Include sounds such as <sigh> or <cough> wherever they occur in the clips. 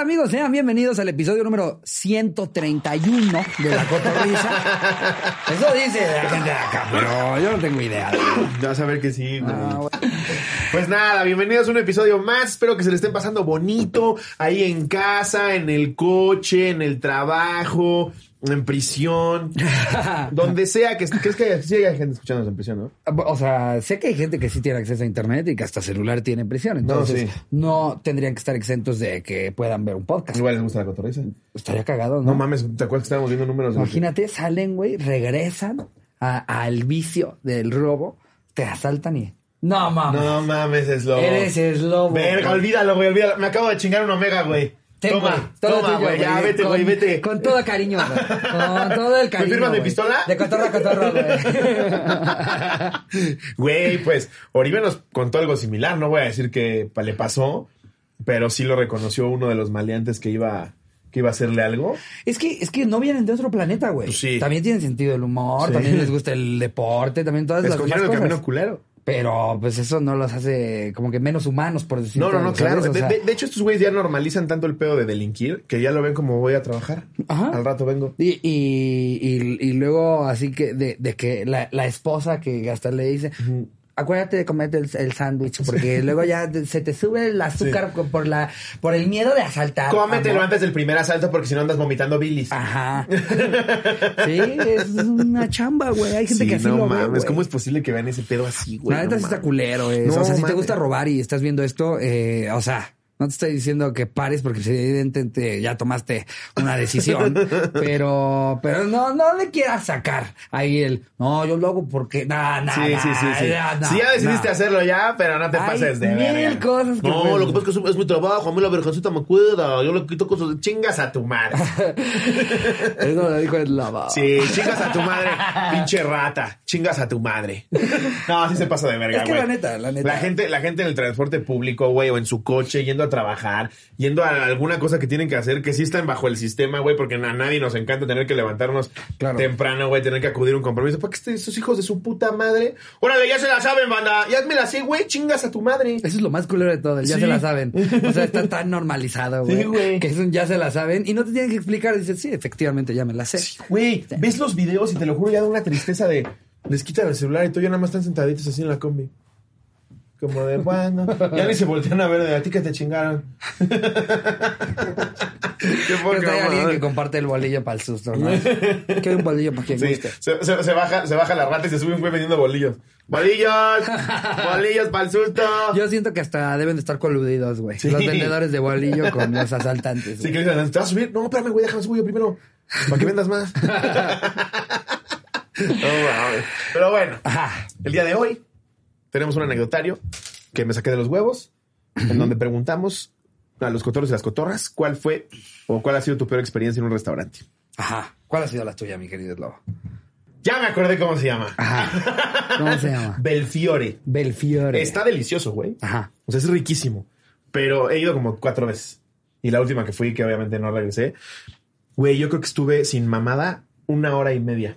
amigos? Sean bienvenidos al episodio número 131 de La <laughs> Cotorrisa. Eso dice la gente de acá, pero yo no tengo idea. Vas a ver que sí, güey. Ah, bueno. Pues nada, bienvenidos a un episodio más. Espero que se le estén pasando bonito ahí en casa, en el coche, en el trabajo, en <laughs> prisión, donde sea que crees que hay- sí hay gente escuchándonos en prisión, ¿no? O sea, sé que hay gente que sí tiene acceso a internet y que hasta celular tiene en prisión, entonces no, sí. tendrían que estar exentos de que puedan ver un podcast. Igual les gusta la cotorriza. No Estaría cagado, ¿no? mames, ¿te acuerdas que estábamos viendo números? de- Imagínate, salen, güey, regresan a- al vicio del robo, te asaltan y... No, mames. No mames, es lobo. Eres es lobo. Verga, olvídalo, güey, olvídalo. Me acabo de chingar un omega, güey. Ten, toma, güey, todo toma, tuyo, güey. Ya, vete, Con- güey, vete. Con todo cariño, güey. Con todo el cariño. firmas de güey. pistola? De cotorra a cotorra, <laughs> güey. Güey, pues Oribe nos contó algo similar, no voy a decir que pa- le pasó, pero sí lo reconoció uno de los maleantes que iba, que iba a hacerle algo. Es que, es que no vienen de otro planeta, güey. Pues sí. También tienen sentido del humor, Sí. también les gusta el deporte, también todas las demás Escogieron el cosas. camino culero. Pero pues eso no los hace como que menos humanos, por decirlo No, no, no, claro. ¿sabes? O De, sea, de- de hecho, estos güeyes ya normalizan tanto el pedo de delinquir que ya lo ven como voy a trabajar. Ajá. Al rato vengo. Y, y, y- y luego, así que, de, de que la, la esposa que hasta le dice, acuérdate de comerte el, el sándwich, porque luego ya te- se te sube el azúcar co- por la por el miedo de asaltar. Cómetelo Ah, amor". Ah, antes del primer asalto porque si no andas vomitando bilis. Ajá. Sí, es una chamba, güey. Hay gente Sí, que así no lo ve, mames, güey. ¿cómo es posible que vean ese pedo así, güey? la neta No sí está mames. culero, eh. No o sea, si te mames. gusta robar y estás viendo esto, eh, o sea, no te estoy diciendo que pares porque si evidentemente ya tomaste una <laughs> decisión, pero, pero no, no le quieras sacar ahí el, no, yo lo hago porque, nada, nada. Sí, sí, sí, sí. si ya decidiste <laughs> hacerlo ya, pero no te Hay pases de mil verga. cosas que No, pueden- lo que pasa es que es, es mi trabajo, a mí la virgencita me cuida, yo le quito cosas, chingas a tu madre. Eso lo dijo el lavado. <laughs> Sí, chingas a tu madre, pinche rata, chingas a tu madre. <laughs> No, así se pasa de Es verga, que güey. la neta, la neta. La gente, la gente en el transporte público, güey, o en su coche, yendo a trabajar, yendo a alguna cosa que tienen que hacer, que sí están bajo el sistema, güey, porque a nadie nos encanta tener que levantarnos Claro. temprano, güey, tener que acudir a un compromiso. ¿Para qué están estos hijos de su puta madre? Órale, ya se la saben, banda, ya me la sé, güey, chingas a tu madre. Eso es lo más culero de todo, el ya Sí. se la saben. O sea, está tan normalizado, güey. <laughs> Sí, güey. que es un ya se la saben y no te tienen que explicar. Dices, sí, efectivamente, ya me la sé. Güey, ves los videos y te lo juro, ya da una tristeza de. Les quitan el celular y tú ya nada más están sentaditos así en la combi. Como de, bueno. Ya ni se voltean a ver de a ti que te chingaron. <laughs> Qué Pero poca hay alguien que madre. comparte el bolillo para el susto, ¿no? que hay un bolillo para quien Sí, guste. se, se- se baja, se baja la rata y se sube un güey vendiendo bolillos. <laughs> ¡Bolillos! ¡Bolillos para el susto! Yo siento que hasta deben de estar coludidos, güey. Sí. Los vendedores de bolillo con los asaltantes. Sí, güey. que le dicen, ¿te vas a subir? No, espérame, güey, déjame subir yo primero. Para que <laughs> vendas más. <laughs> No, mames. Pero bueno. Ajá. El día de hoy tenemos un anecdotario que me saqué de los huevos, en donde preguntamos a los cotorros y las cotorras cuál fue o cuál ha sido tu peor experiencia en un restaurante. Ajá. ¿Cuál ha sido la tuya, mi querido Lobo? Ya me acordé cómo se llama. Ajá. ¿Cómo se llama? Belfiore. Belfiore. Está delicioso, güey. Ajá. O sea, es riquísimo. Pero he ido como cuatro veces. Y la última que fui, que obviamente no regresé, güey, yo creo que estuve sin mamada una hora y media.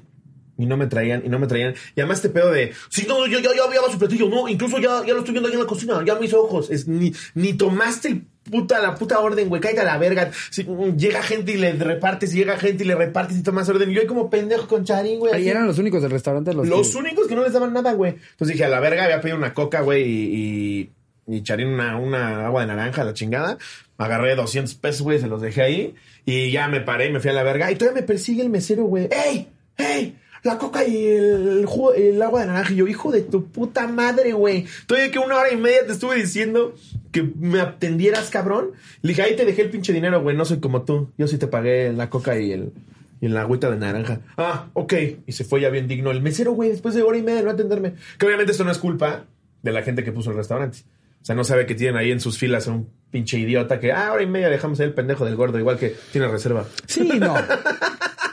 Y no me traían, y no me traían. Y además este pedo de, sí, no, yo ya, ya había su platillo, no, incluso ya, ya lo estoy viendo ahí en la cocina, ya mis ojos. Es, ni, ni tomaste el puta, la puta orden, güey, cállate a la verga. Si, mm, llega gente y le repartes, y llega gente y le repartes y tomas orden. Y yo ahí como pendejo con charín, güey. Ahí así. eran los únicos del restaurante los, Los que- únicos que no les daban nada, güey. Entonces dije, a la verga, había pedido una coca, güey, y, y, y charín una, una agua de naranja, la chingada. Agarré 200 pesos, güey, se los dejé ahí. Y ya me paré y me fui a la verga. Y todavía me persigue el mesero, güey. ¡Ey! ¡Ey! La coca y el, jugo- el agua de naranja. Y yo, hijo de tu puta madre, güey. Todavía que una hora y media te estuve diciendo que me atendieras, cabrón. Le dije, ahí te dejé el pinche dinero, güey. No soy como tú. Yo sí te pagué la coca y el, y en la agüita de naranja. Ah, ok. Y se fue ya bien digno. El mesero, güey, después de hora y media de no atenderme. Que obviamente esto no es culpa de la gente que puso el restaurante. O sea, no sabe que tienen ahí en sus filas a un pinche idiota que, ah, hora y media dejamos ahí el pendejo del gordo, igual que tiene reserva. Sí, no.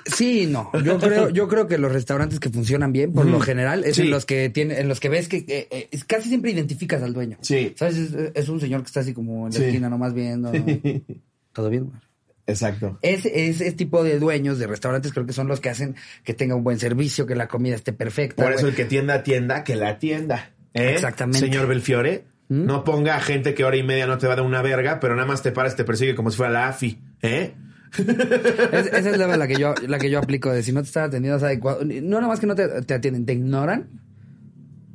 Sí, no. Yo creo, yo creo que los restaurantes que funcionan bien, por lo general, es Sí. en los que tiene, en los que ves que eh, eh, es- casi siempre identificas al dueño. Sí. ¿Sabes? Es, es un señor que está así como en la Sí. esquina nomás viendo. <laughs> Todo bien, güey. Exacto. Ese, ese tipo de dueños de restaurantes creo que son los que hacen que tenga un buen servicio, que la comida esté perfecta. Por eso güey. el que tienda, tienda, que la tienda. ¿eh? Exactamente. Señor Belfiore, No ponga a gente que hora y media no te va a dar una verga, pero nada más te paras, te persigue como si fuera la AFI, ¿eh? Es- esa es la, la que yo, la que yo aplico de si no te están atendiendo o sea, de cua- No, nada más que no te, te atienden, te ignoran.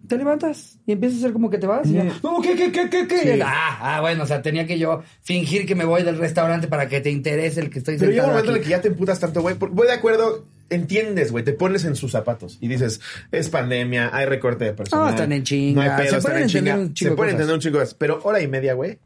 Te levantas y empiezas a hacer como que te vas. y ya, no, ¿qué, qué, qué, qué, qué? Sí. Ah, ah, bueno, o sea, tenía que yo fingir que me voy del restaurante para que te interese el que estoy Pero llega sentado un momento en aquí. el que ya te emputas tanto, güey. porque Voy de acuerdo, entiendes, güey. Te pones en sus zapatos y dices, es pandemia, hay recorte de personal. Ah, están en chinga, No hay pedo, se están pueden en entender chinga. un chingo se de pueden cosas. entender un chingo de cosas. Pero hora y media, güey.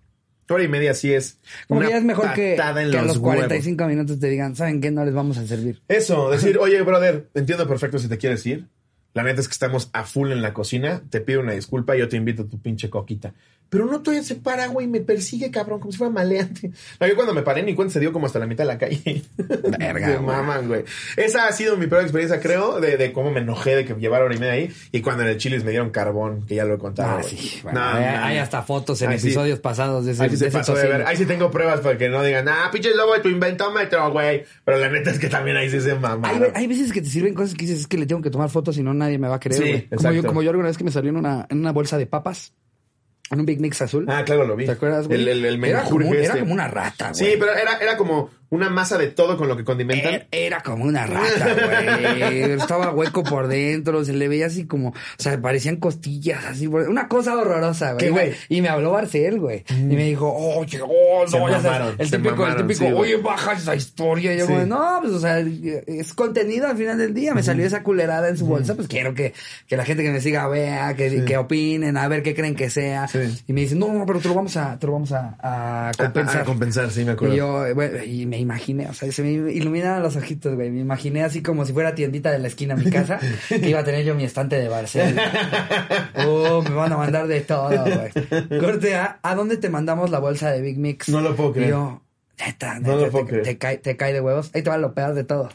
Hora y media sí es Como una que ya es mejor que, patada en que a los los huevos. 45 minutos te digan, ¿saben qué? No les vamos a servir. <laughs> Eso, decir, oye, brother, entiendo perfecto si te quieres ir. La neta es que estamos a full en la cocina. Te pido una disculpa, yo te invito a tu pinche coquita. Pero no todavía se para, güey, me persigue, cabrón, como si fuera maleante. No, yo cuando me paré, ni cuenta se dio como hasta la mitad de la calle. Verga, Me güey. maman, güey. Esa ha sido mi peor experiencia, creo, de, de cómo me enojé de que llevara hora y media ahí. Y cuando en el Chilis me dieron carbón, que ya lo he contado. Ah, güey. sí. Bueno, No, hay, no, hay no. hasta fotos en Ahí sí. episodios pasados de ese, Ahí sí, se de ese pasó de tocino. ver. Ahí sí tengo pruebas para que no digan, ah, pinche lobo de tu inventómetro, güey. Pero la neta es que también ahí sí se mamaron. Hay, hay veces que te sirven cosas que dices, es que le tengo que tomar fotos y no nadie me va a creer. Sí, güey. como, yo, exacto. como yo alguna vez que me salió en una, en una bolsa de papas, en un Big Mix azul. Ah, claro, lo vi. ¿Te acuerdas, güey? El, el, el era, menjurje como, un- era este. como una rata, güey. Sí, pero era, era como una masa de todo con lo que condimentan. Era, era como una rata, <laughs> güey. Estaba hueco por dentro, se le veía así como, o sea, parecían costillas, así, por- una cosa horrorosa, güey. ¿Qué, güey? Mm. Y me habló Barcel, güey. Y me dijo, oye, oh, no, Se ya sabes, mamaron, el se típico, mamaron, el típico, sí, güey. oye, baja esa historia. Y yo, Sí. güey, no, pues, o sea, es contenido al final del día. Me salió esa culerada en su bolsa, pues quiero que, que la gente que me siga vea, que, que opinen, a ver qué creen que sea. Sí. Y me dice, no, pero te lo vamos a, te lo vamos a, a A- a- compensar. A, Ah, compensar, sí, me acuerdo. Y yo, eh, bueno, y me imaginé, o sea, se me iluminaban los ojitos, güey. Me imaginé así como si fuera tiendita de la esquina de mi casa, que iba a tener yo mi estante de <laughs> Barcelona. Oh, me van a mandar de todo, güey. Corte A, ¿a dónde te mandamos la bolsa de Big Mix? No lo puedo creer. Y yo, neta, No neta, lo puedo te, creer. te cae, te cae de huevos. Ahí te van los pedos de todo.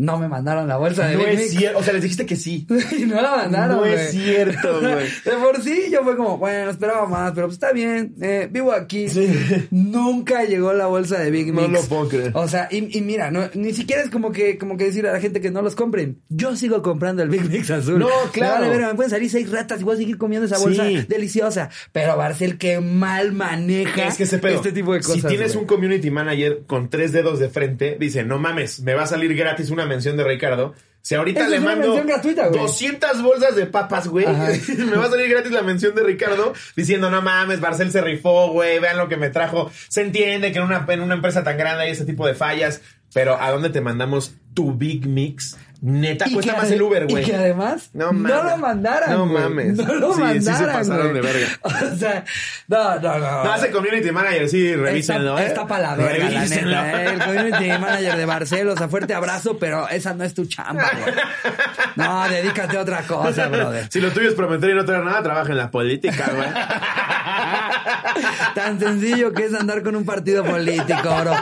No me mandaron la bolsa de no Big es Mix. cierto. O sea, les dijiste que sí. Y <laughs> no la mandaron. No es güey. cierto, güey. <laughs> De por sí, yo fue como, bueno, esperaba más, pero pues está bien, eh, vivo aquí. Sí. Nunca llegó la bolsa de Big No Mix. lo puedo creer. O sea, y, y mira, no, ni siquiera es como que, como que decir a la gente que no los compren. Yo sigo comprando el Big Mix azul. No, claro. Me, vale verga, me pueden salir seis ratas y voy a seguir comiendo esa bolsa Sí. deliciosa. Pero Barcel, qué mal maneja Es que ese pedo. este tipo de cosas. si tienes güey. un community manager con tres dedos de frente, dice, no mames, me va a salir gratis una mención de Ricardo. Si ahorita Esa le es una mando mención gratuita, güey. 200 bolsas de papas, güey, Ajá. <laughs> me va a salir gratis la mención de Ricardo diciendo, no mames, Barcel se rifó, güey, vean lo que me trajo. Se entiende que en una, en una empresa tan grande hay ese tipo de fallas, pero ¿a dónde te mandamos tu Big Mix? Neta, Y cuesta que más ade- el Uber, Y güey. que además No no, mames. lo mandaran. No güey. mames. No lo Sí, sí se mandaran. pasaron de güey. verga. <laughs> O sea, no, no, no. No, hace community manager, sí, revísenlo. Está, ¿eh? está para la verga, la Revísenlo. neta. ¿eh? El community manager de Barcelos, a fuerte abrazo, pero esa no es tu chamba, güey. No, dedícate a otra cosa, brother. Si lo tuyo es prometer y no traer nada, trabaja en la política, güey. <laughs> Tan sencillo que es andar con un partido político, bro.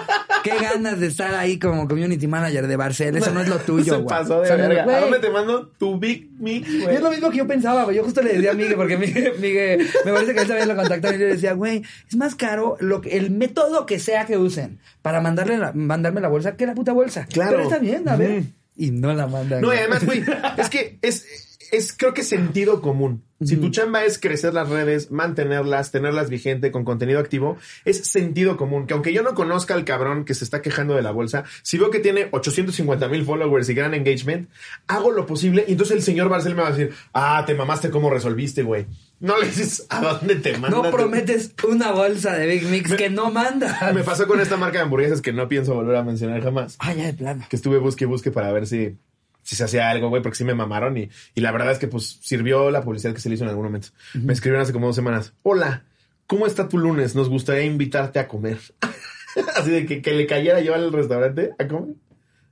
Qué ganas de estar ahí como community manager de Barcelos. Eso no es lo tuyo, Se güey. pasó de Eso no es- verga. ¿A güey, dónde te mando tu Big Mix, Y güey? es lo mismo que yo pensaba, güey. Yo justo le decía a Miguel, porque <laughs> Miguel, Miguel- me parece que él también lo contactó y yo le decía, güey, es más caro lo que- el método que sea que usen para mandarle la- mandarme la bolsa que la puta bolsa. Claro. Pero está bien, a ver. Mm. Y no la mandan. No, y güey. además, güey, es que es, es, creo que sentido común. Si tu chamba es crecer las redes, mantenerlas, tenerlas vigente con contenido activo, es sentido común. Que aunque yo no conozca al cabrón que se está quejando de la bolsa, si veo que tiene 850 mil followers y gran engagement, hago lo posible y entonces el señor Barcel me va a decir, ah, te mamaste cómo resolviste, güey. No le dices a dónde te mandan. <laughs> No prometes una bolsa de Big Mix que no manda. <laughs> <laughs> Me pasó con esta marca de hamburguesas que no pienso volver a mencionar jamás. Ah, ya de plano. que estuve busque y busque para ver si, si se hacía algo, güey, porque sí me mamaron y, y la verdad es que pues sirvió la publicidad que se le hizo en algún momento. Me escribieron hace como dos semanas, hola, ¿cómo está tu lunes? Nos gustaría invitarte a comer. <laughs> Así de que, que le cayera yo al restaurante a comer.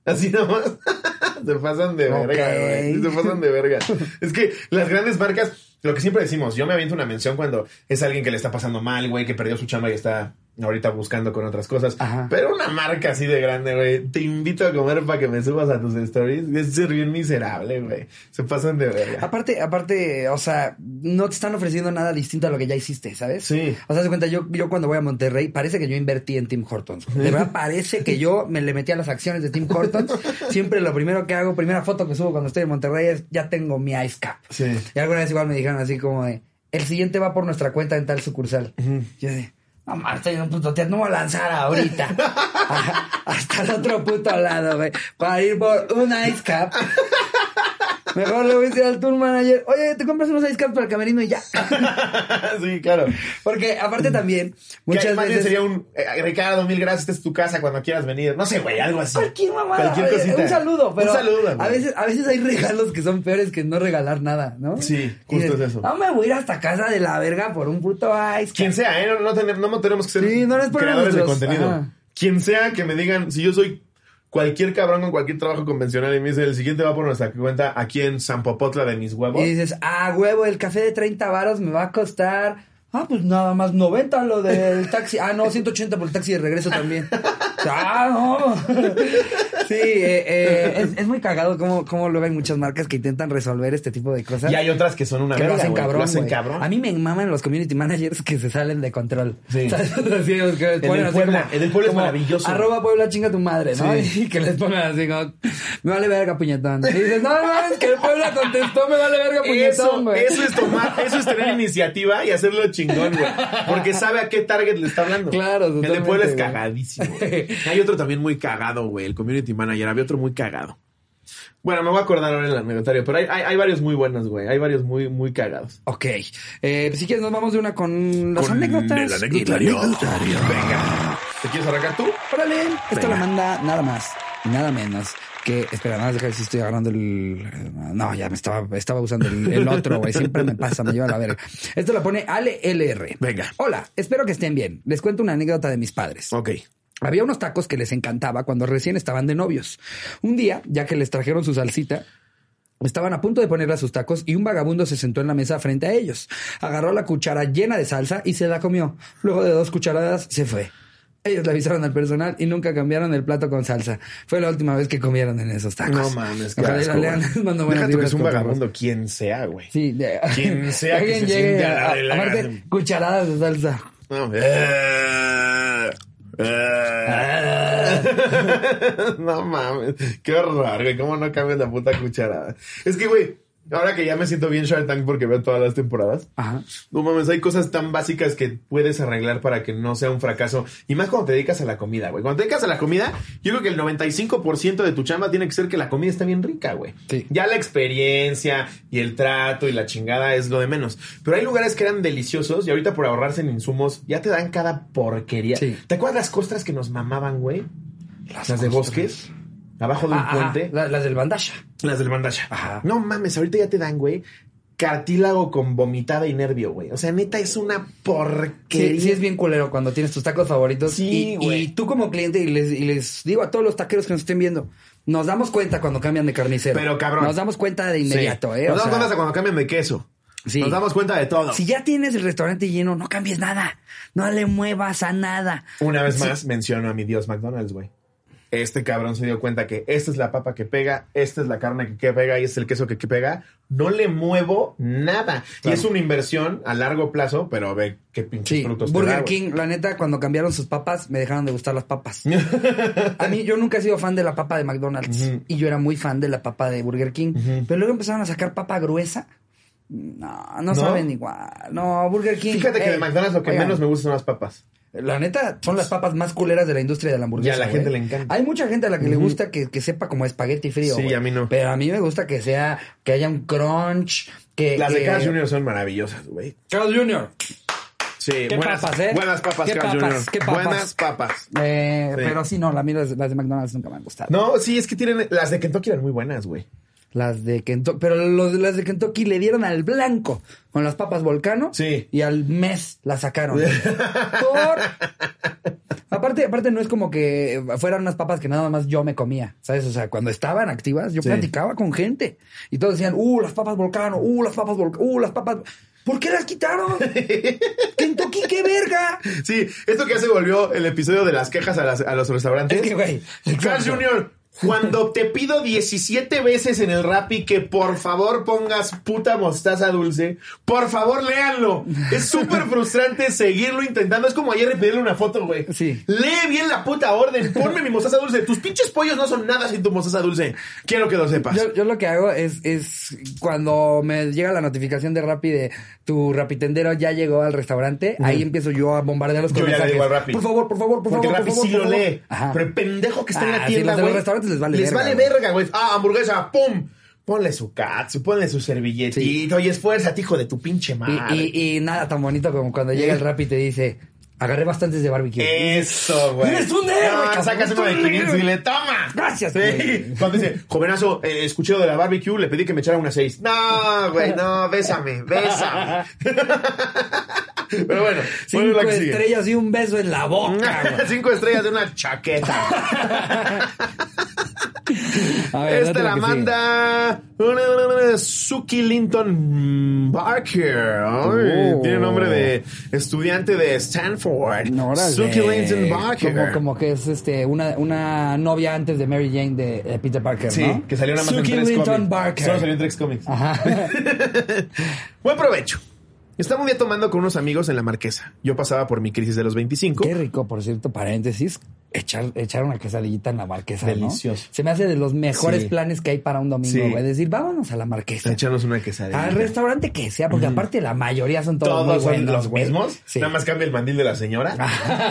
Así nomás. <laughs> se pasan de verga, güey. Ok. Se pasan <laughs> de verga. es que las grandes marcas, lo que siempre decimos, yo me aviento una mención cuando es alguien que le está pasando mal, güey, que perdió su chamba y está ahorita buscando con otras cosas. Ajá. Pero una marca así de grande, güey. Te invito a comer para que me subas a tus stories. Es ser bien miserable, güey. Se pasan de verga. Aparte, aparte, o sea, no te están ofreciendo nada distinto a lo que ya hiciste, ¿sabes? Sí. O sea, se cuenta, yo, yo cuando voy a Monterrey, parece que yo invertí en Tim Hortons. güey. De verdad, parece que yo me le metí a las acciones de Tim Hortons. Siempre lo primero que hago, primera foto que subo cuando estoy en Monterrey es, ya tengo mi ice cap. Sí. <laughs> Y alguna vez igual me dijeron así como de, el siguiente va por nuestra cuenta en tal sucursal. Yo de, no mames, estoy en un puto teatro, no voy a lanzar ahorita. A- hasta el otro puto lado, güey, para ir por un ice cap. Mejor le voy a decir al tour manager, oye, te compras unos ice caps para el camerino y ya. sí, claro. Porque aparte también, muchas que, más bien veces... sería un eh, Ricardo, mil gracias, esta es tu casa cuando quieras venir. No sé, güey, algo así. Cualquier mamada. Cualquier oye, cosita. Un saludo, pero. Un saludo, A güey. veces, a veces hay regalos que son peores que no regalar nada, ¿no? Sí, Y justo dices, es eso. No me voy a ir hasta casa de la verga por un puto ice. Quien sea, ¿eh? No, no tenemos, no tenemos que ser Sí, no les ponen creadores nuestros- de contenido. ajá. Quien sea que me digan, si yo soy cualquier cabrón con cualquier trabajo convencional y me dice, el siguiente va por nuestra cuenta aquí en San Popotla de mis huevos. Y dices, ah, huevo, el café de 30 varos me va a costar. Ah, pues nada más 90 lo <laughs> del taxi. Ah, no, 180 por el taxi de regreso también. Ah, no. <laughs> Sí, eh, eh, es, es muy cagado como, como luego hay muchas marcas que intentan resolver este tipo de cosas. Y hay otras que son una que lo verga, hacen güey, cabrón, lo hacen güey. cabrón. A mí me maman los community managers que se salen de control. <laughs> Sí. ¿Sabes? Así, los que les del ponen así Puebla, como- el del Puebla es como, maravilloso. Arroba Puebla chinga tu madre, ¿no? <laughs> Sí. Y que les pongan así como, me vale verga puñetón. Y dices, no, no, es que el Puebla contestó, me vale verga Eso, puñetón, güey. eso es tomar, eso es tener iniciativa y hacerlo chingón, güey. Porque sabe a qué target le está hablando. Claro, El de totalmente, Puebla es güey. cagadísimo. <laughs> güey. Hay otro también muy cagado, güey. El community manager. Había otro muy cagado. Bueno, me voy a acordar ahora en el anecdotario, pero hay, hay, hay varios muy buenos, güey. Hay varios muy, muy cagados. Ok. Eh, si quieres, nos vamos de una con las Con anécdotas. el anecdotario. Y la anecdotario. Venga. ¿Te quieres arrancar tú? Órale, esta Venga. la manda nada más y nada menos que. Espera, nada más deja ver si estoy agarrando el. eh, No, ya me estaba, estaba usando el, el otro, güey. Siempre me pasa, me lleva a la verga. Esto la pone Ale LR. Venga. Hola, espero que estén bien. Les cuento una anécdota de mis padres. Ok. Había unos tacos que les encantaba cuando recién estaban de novios. Un día, ya que les trajeron su salsita, estaban a punto de ponerle a sus tacos y un vagabundo se sentó en la mesa frente a ellos. Agarró la cuchara llena de salsa y se la comió. Luego de dos cucharadas se fue. Ellos le avisaron al personal y nunca cambiaron el plato con salsa. Fue la última vez que comieron en esos tacos. No mames, qué Ojalá y la asco, lean. <laughs> güey. Mando buenas Deja tú que vibras es un con tu vagabundo, quien sea, güey. Sí, de- <laughs> Quien sea que Alguien se llegue siente a la a- de la aparte, gran- cucharadas de salsa. No. Eh, eh. <laughs> No mames, qué horror, güey. ¿Cómo no cambias la puta cucharada? Es que, güey, ahora que ya me siento bien Shark Tank porque veo todas las temporadas, Ajá. no mames, hay cosas tan básicas que puedes arreglar para que no sea un fracaso. Y más cuando te dedicas a la comida, güey. Cuando te dedicas a la comida, yo creo que el 95% de tu chamba tiene que ser que la comida esté bien rica, güey. Sí. Ya la experiencia y el trato y la chingada es lo de menos. Pero hay lugares que eran deliciosos y ahorita por ahorrarse en insumos ya te dan cada porquería. Sí. ¿Te acuerdas las costras que nos mamaban, güey? Las, de bosques. Abajo de un Ah, ajá, puente. la- las del bandasha. Las del bandasha. Ajá. No mames, ahorita ya te dan, güey, cartílago con vomitada y nervio, güey. O sea, neta, es una porquería. Sí, sí es bien culero cuando tienes tus tacos favoritos. Sí, y, güey. y tú como cliente, y les, y les digo a todos los taqueros que nos estén viendo, nos damos cuenta cuando cambian de carnicero. Pero, cabrón. Nos damos cuenta de Sí. inmediato, ¿eh? O Nos damos sea, cuenta hasta cuando cambian de queso. Sí. Nos damos cuenta de todo. Si ya tienes el restaurante lleno, no cambies nada. No le muevas a nada. Una vez más menciono a mi dios McDonald's, güey. Este cabrón se dio cuenta que esta es la papa que pega, esta es la carne que- que pega y este es el queso que, que pega. No le muevo nada. Claro. Y es una inversión a largo plazo, pero a ver qué pinches Sí, frutos te da, Burger güey. King, la neta, cuando cambiaron sus papas, me dejaron de gustar las <laughs> papas. a mí, yo nunca he sido fan de la papa de McDonald's Ujú. y yo era muy fan de la papa de Burger King. Ujú. Pero luego empezaron a sacar papa gruesa. No, no, saben igual. No, Burger King. Fíjate que ey, de McDonald's lo que oigan, menos me gusta son las papas. La neta, son las papas más culeras de la industria de la hamburguesa. Y a la gente güey. le encanta. Hay mucha gente a la que le Ujú. gusta que, que sepa como espagueti frío. Sí, güey. a mí no. Pero a mí me gusta que sea, que haya un crunch, que. Las de que- Carl's Jr. son maravillosas, güey. Carl Jr. Sí, Qué buenas papas, ¿eh? Buenas papas, Qué Carl papas, Jr. qué papas. Buenas papas. Eh, Sí. Pero sí, no, a mí las, las de McDonald's nunca me han gustado. No, sí, es que tienen. Las de Kentucky eran muy buenas, güey. Las de Kentucky, pero los, de- las de Kentucky le dieron al blanco con las papas volcano. Sí. Y al mes la sacaron. Por- Aparte, aparte no es como que fueran unas papas que nada más yo me comía, ¿sabes? O sea, cuando estaban activas, yo Sí. platicaba con gente y todos decían, uh, las papas volcano, uh, las papas volcano, uh, las papas. ¿Por qué las <laughs> quitaron? Kentucky, qué verga. Sí, esto que ya se volvió el episodio de las quejas a, las- a los restaurantes. Es que, güey, Carl exacto. Jr., Cuando te pido 17 veces en el Rappi que por favor pongas puta mostaza dulce, por favor léanlo. Es súper <laughs> frustrante seguirlo intentando. Es como ayer pedirle una foto, güey. Sí. Lee bien la puta orden. Ponme mi mostaza dulce. Tus pinches pollos no son nada sin tu mostaza dulce. Quiero que lo sepas. Yo, yo lo que hago es, es cuando me llega la notificación de Rappi de tu rapitendero ya llegó al restaurante, ahí empiezo yo a bombardearlos con Yo ya le mensajes. digo al Rappi. Por favor, por favor, por Porque favor. Rappi por favor, sí por lo favor. lee. Ajá. Pero el pendejo que está en Ah, la sí, tienda, los de güey. los restaurantes les vale Les verga, vale güey. verga, güey. Ah, hamburguesa, pum. Ponle su katsu, ponle su servilletito y esfuérzate, hijo de tu pinche Y- madre. y, y nada tan bonito como cuando llega el Rappi y te dice, agarré bastantes de barbecue. Eh, Eso, güey. Eres un héroe, No, cabrón, sacas eres uno de un 500 y héroe. le toma. Gracias, Sí. güey. Cuando <laughs> dice, jovenazo, eh, escuché lo de la barbecue, le pedí que me echara una 6. No, güey, no, <laughs> bésame, bésame. Pero bueno, bueno, Cinco la que sigue. estrellas y un beso en la <laughs> boca. güey. Cinco estrellas de una chaqueta. A ver, date Esta Este la que sigue. manda Suki Linton Barker. Ay, Oh. Tiene nombre de estudiante de Stanford. No, órale. Suki Linton Barker. Como, como que es este una, una novia antes de Mary Jane de, de Peter Parker, Sí, ¿no? que salió nada más Suki en Trex Linton Comics. Barker. Solo salió en Trex Comics. Ajá. <laughs> Buen provecho. Estaba un día tomando con unos amigos en la Marquesa. Yo pasaba por mi crisis de los 25. Qué rico, por cierto, paréntesis, echar, echar una quesadillita en la marquesa, ¿no? Delicioso. Se me hace de los mejores Sí. planes que hay para un domingo, Sí. güey. Decir, vámonos a la marquesa. Echarnos una Al quesadilla. restaurante que sea, porque aparte la mayoría son todos, Todos, muy son buenos, los güey. mismos. Sí. Nada más cambia el mandil de <laughs> la señora.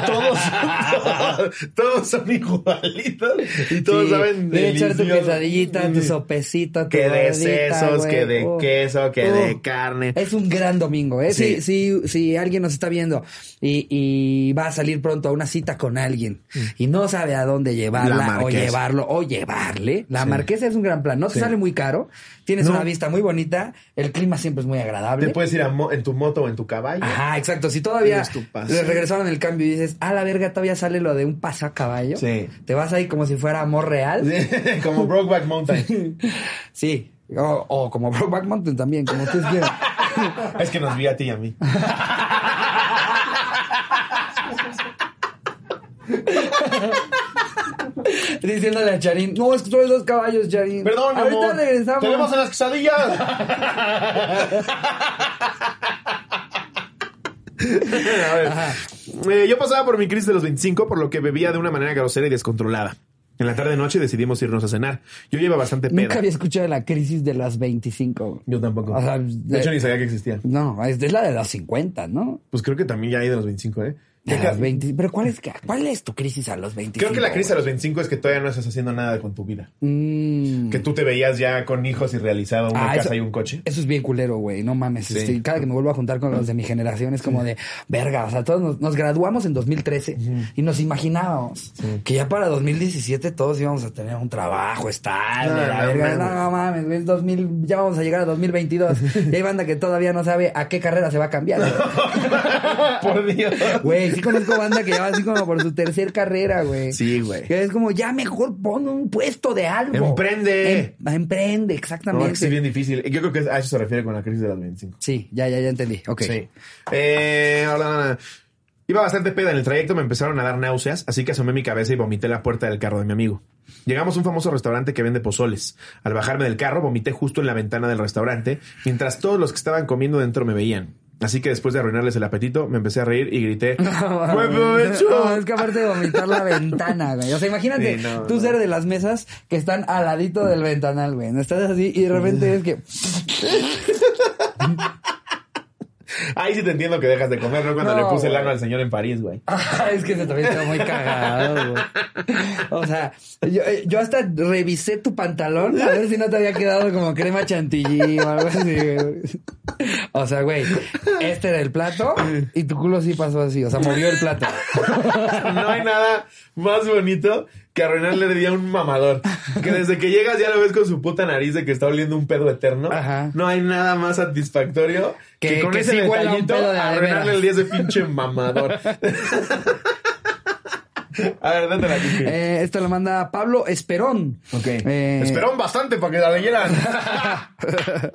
todos, <laughs> todos, todos son igualitos. Y todos Sí, saben de echar tu delicioso. quesadillita, tu Sí. sopecita, tu Que de gordita, sesos, güey. que de Uh, queso, que uh. de carne. Es un gran domingo, ¿eh? Sí. Si, si, si alguien nos está viendo y, y va a salir pronto a una cita con alguien y no sabe a dónde Mm. La llevarla o Marquesa. llevarlo o llevarle, la Sí. marquesa es un gran plan. No te Sí. sale muy caro, tienes No. una vista muy bonita, el clima siempre es muy agradable. Te puedes ir a mo- en tu moto o en tu caballo. Ajá, exacto. Si todavía Tienes tu pase. le regresaron el cambio y dices, a la verga, todavía sale lo de un paso a caballo. Sí. Te vas ahí como si fuera amor real. <laughs> Como Brokeback Mountain. Sí. O, o como Brokeback Mountain también, como ustedes quieran. <laughs> Es que nos vi a ti y a mí. Diciéndole a Charín, no, es que traes dos caballos, Charín. Perdón, mi Ahorita amor. regresamos. Te vemos en las quesadillas. A ver. Eh, yo pasaba por mi crisis de los 25, por lo que bebía de una manera grosera y descontrolada. En la tarde-noche decidimos irnos a cenar. Yo lleva bastante peda. Nunca había escuchado la crisis de las 25. Yo tampoco. O sea, de de- hecho, ni sabía que existía. No, es de la de las 50, ¿no? Pues creo que también ya hay de los 25, ¿eh? De Creo las que- 20. Pero ¿cuál Ah, es, cuál es tu crisis a los 25? Creo que la crisis a güey? los 25 es que todavía no estás haciendo nada con tu vida. Mm. Que tú te veías ya con hijos y realizado una Ah, casa eso- y un <laughs> coche. Eso es bien culero, güey. No mames. Sí. este, cada que me vuelvo a juntar con los de mi generación es como de verga. O sea, todos nos, nos graduamos en 2013 y nos imaginábamos que ya para 2017 todos íbamos a tener un trabajo estable. No, la no verga. mames. No, no mames. güey, el 2000, ya vamos a llegar a <laughs> 2022. y hay banda que todavía no sabe a qué carrera se va a cambiar. Por Dios. Güey, sí conozco banda que ya va así como por su tercer carrera, güey. Sí, güey. Que es como, ya mejor pon un puesto de algo. Emprende. Em- emprende, No, exactamente. es que sí, bien difícil. Yo creo que a eso se refiere con la crisis de los 25. Sí, ya, ya, ya entendí. Ok. <laughs> Sí. Eh, ahora, ahora, iba bastante peda en el trayecto, me empezaron a dar náuseas, así que asomé mi cabeza y vomité la puerta del carro de mi amigo. Llegamos a un famoso restaurante que vende pozoles. Al bajarme del carro, vomité justo en la ventana del restaurante, mientras todos los que estaban comiendo dentro me veían. Así que después de arruinarles el apetito, me empecé a reír y <laughs> grité, ¡Buen provecho! No, es que aparte de vomitar la ventana, güey. O sea, imagínate Sí, no, tú no. ser de las mesas que están al ladito del ventanal, güey. No Estás así y de repente ves que. Ahí sí te entiendo que dejas de comer, ¿no? Cuando No, le puse el güey. ano al señor en París, güey. Ah, es que <laughs> se también está muy cagado, güey. O sea, yo, eh, yo hasta revisé tu pantalón a ver si no te había quedado como crema chantilly o algo así, güey. O sea, güey, este era el plato y tu culo sí pasó así. O sea, movió el plato. <laughs> No hay nada más bonito que arruinarle el día a un mamador. Que desde que llegas ya lo ves con su puta nariz de que está oliendo un pedo eterno. Ajá. No hay nada más satisfactorio que, Que- con que ese sí huela un detallito pedo de a de <laughs> arruinarle veras. el día a ese pinche mamador. A ver, date la Eh, esta la manda Pablo Esperón. Ok. Eh, Esperaron bastante para que <laughs> la leyeran.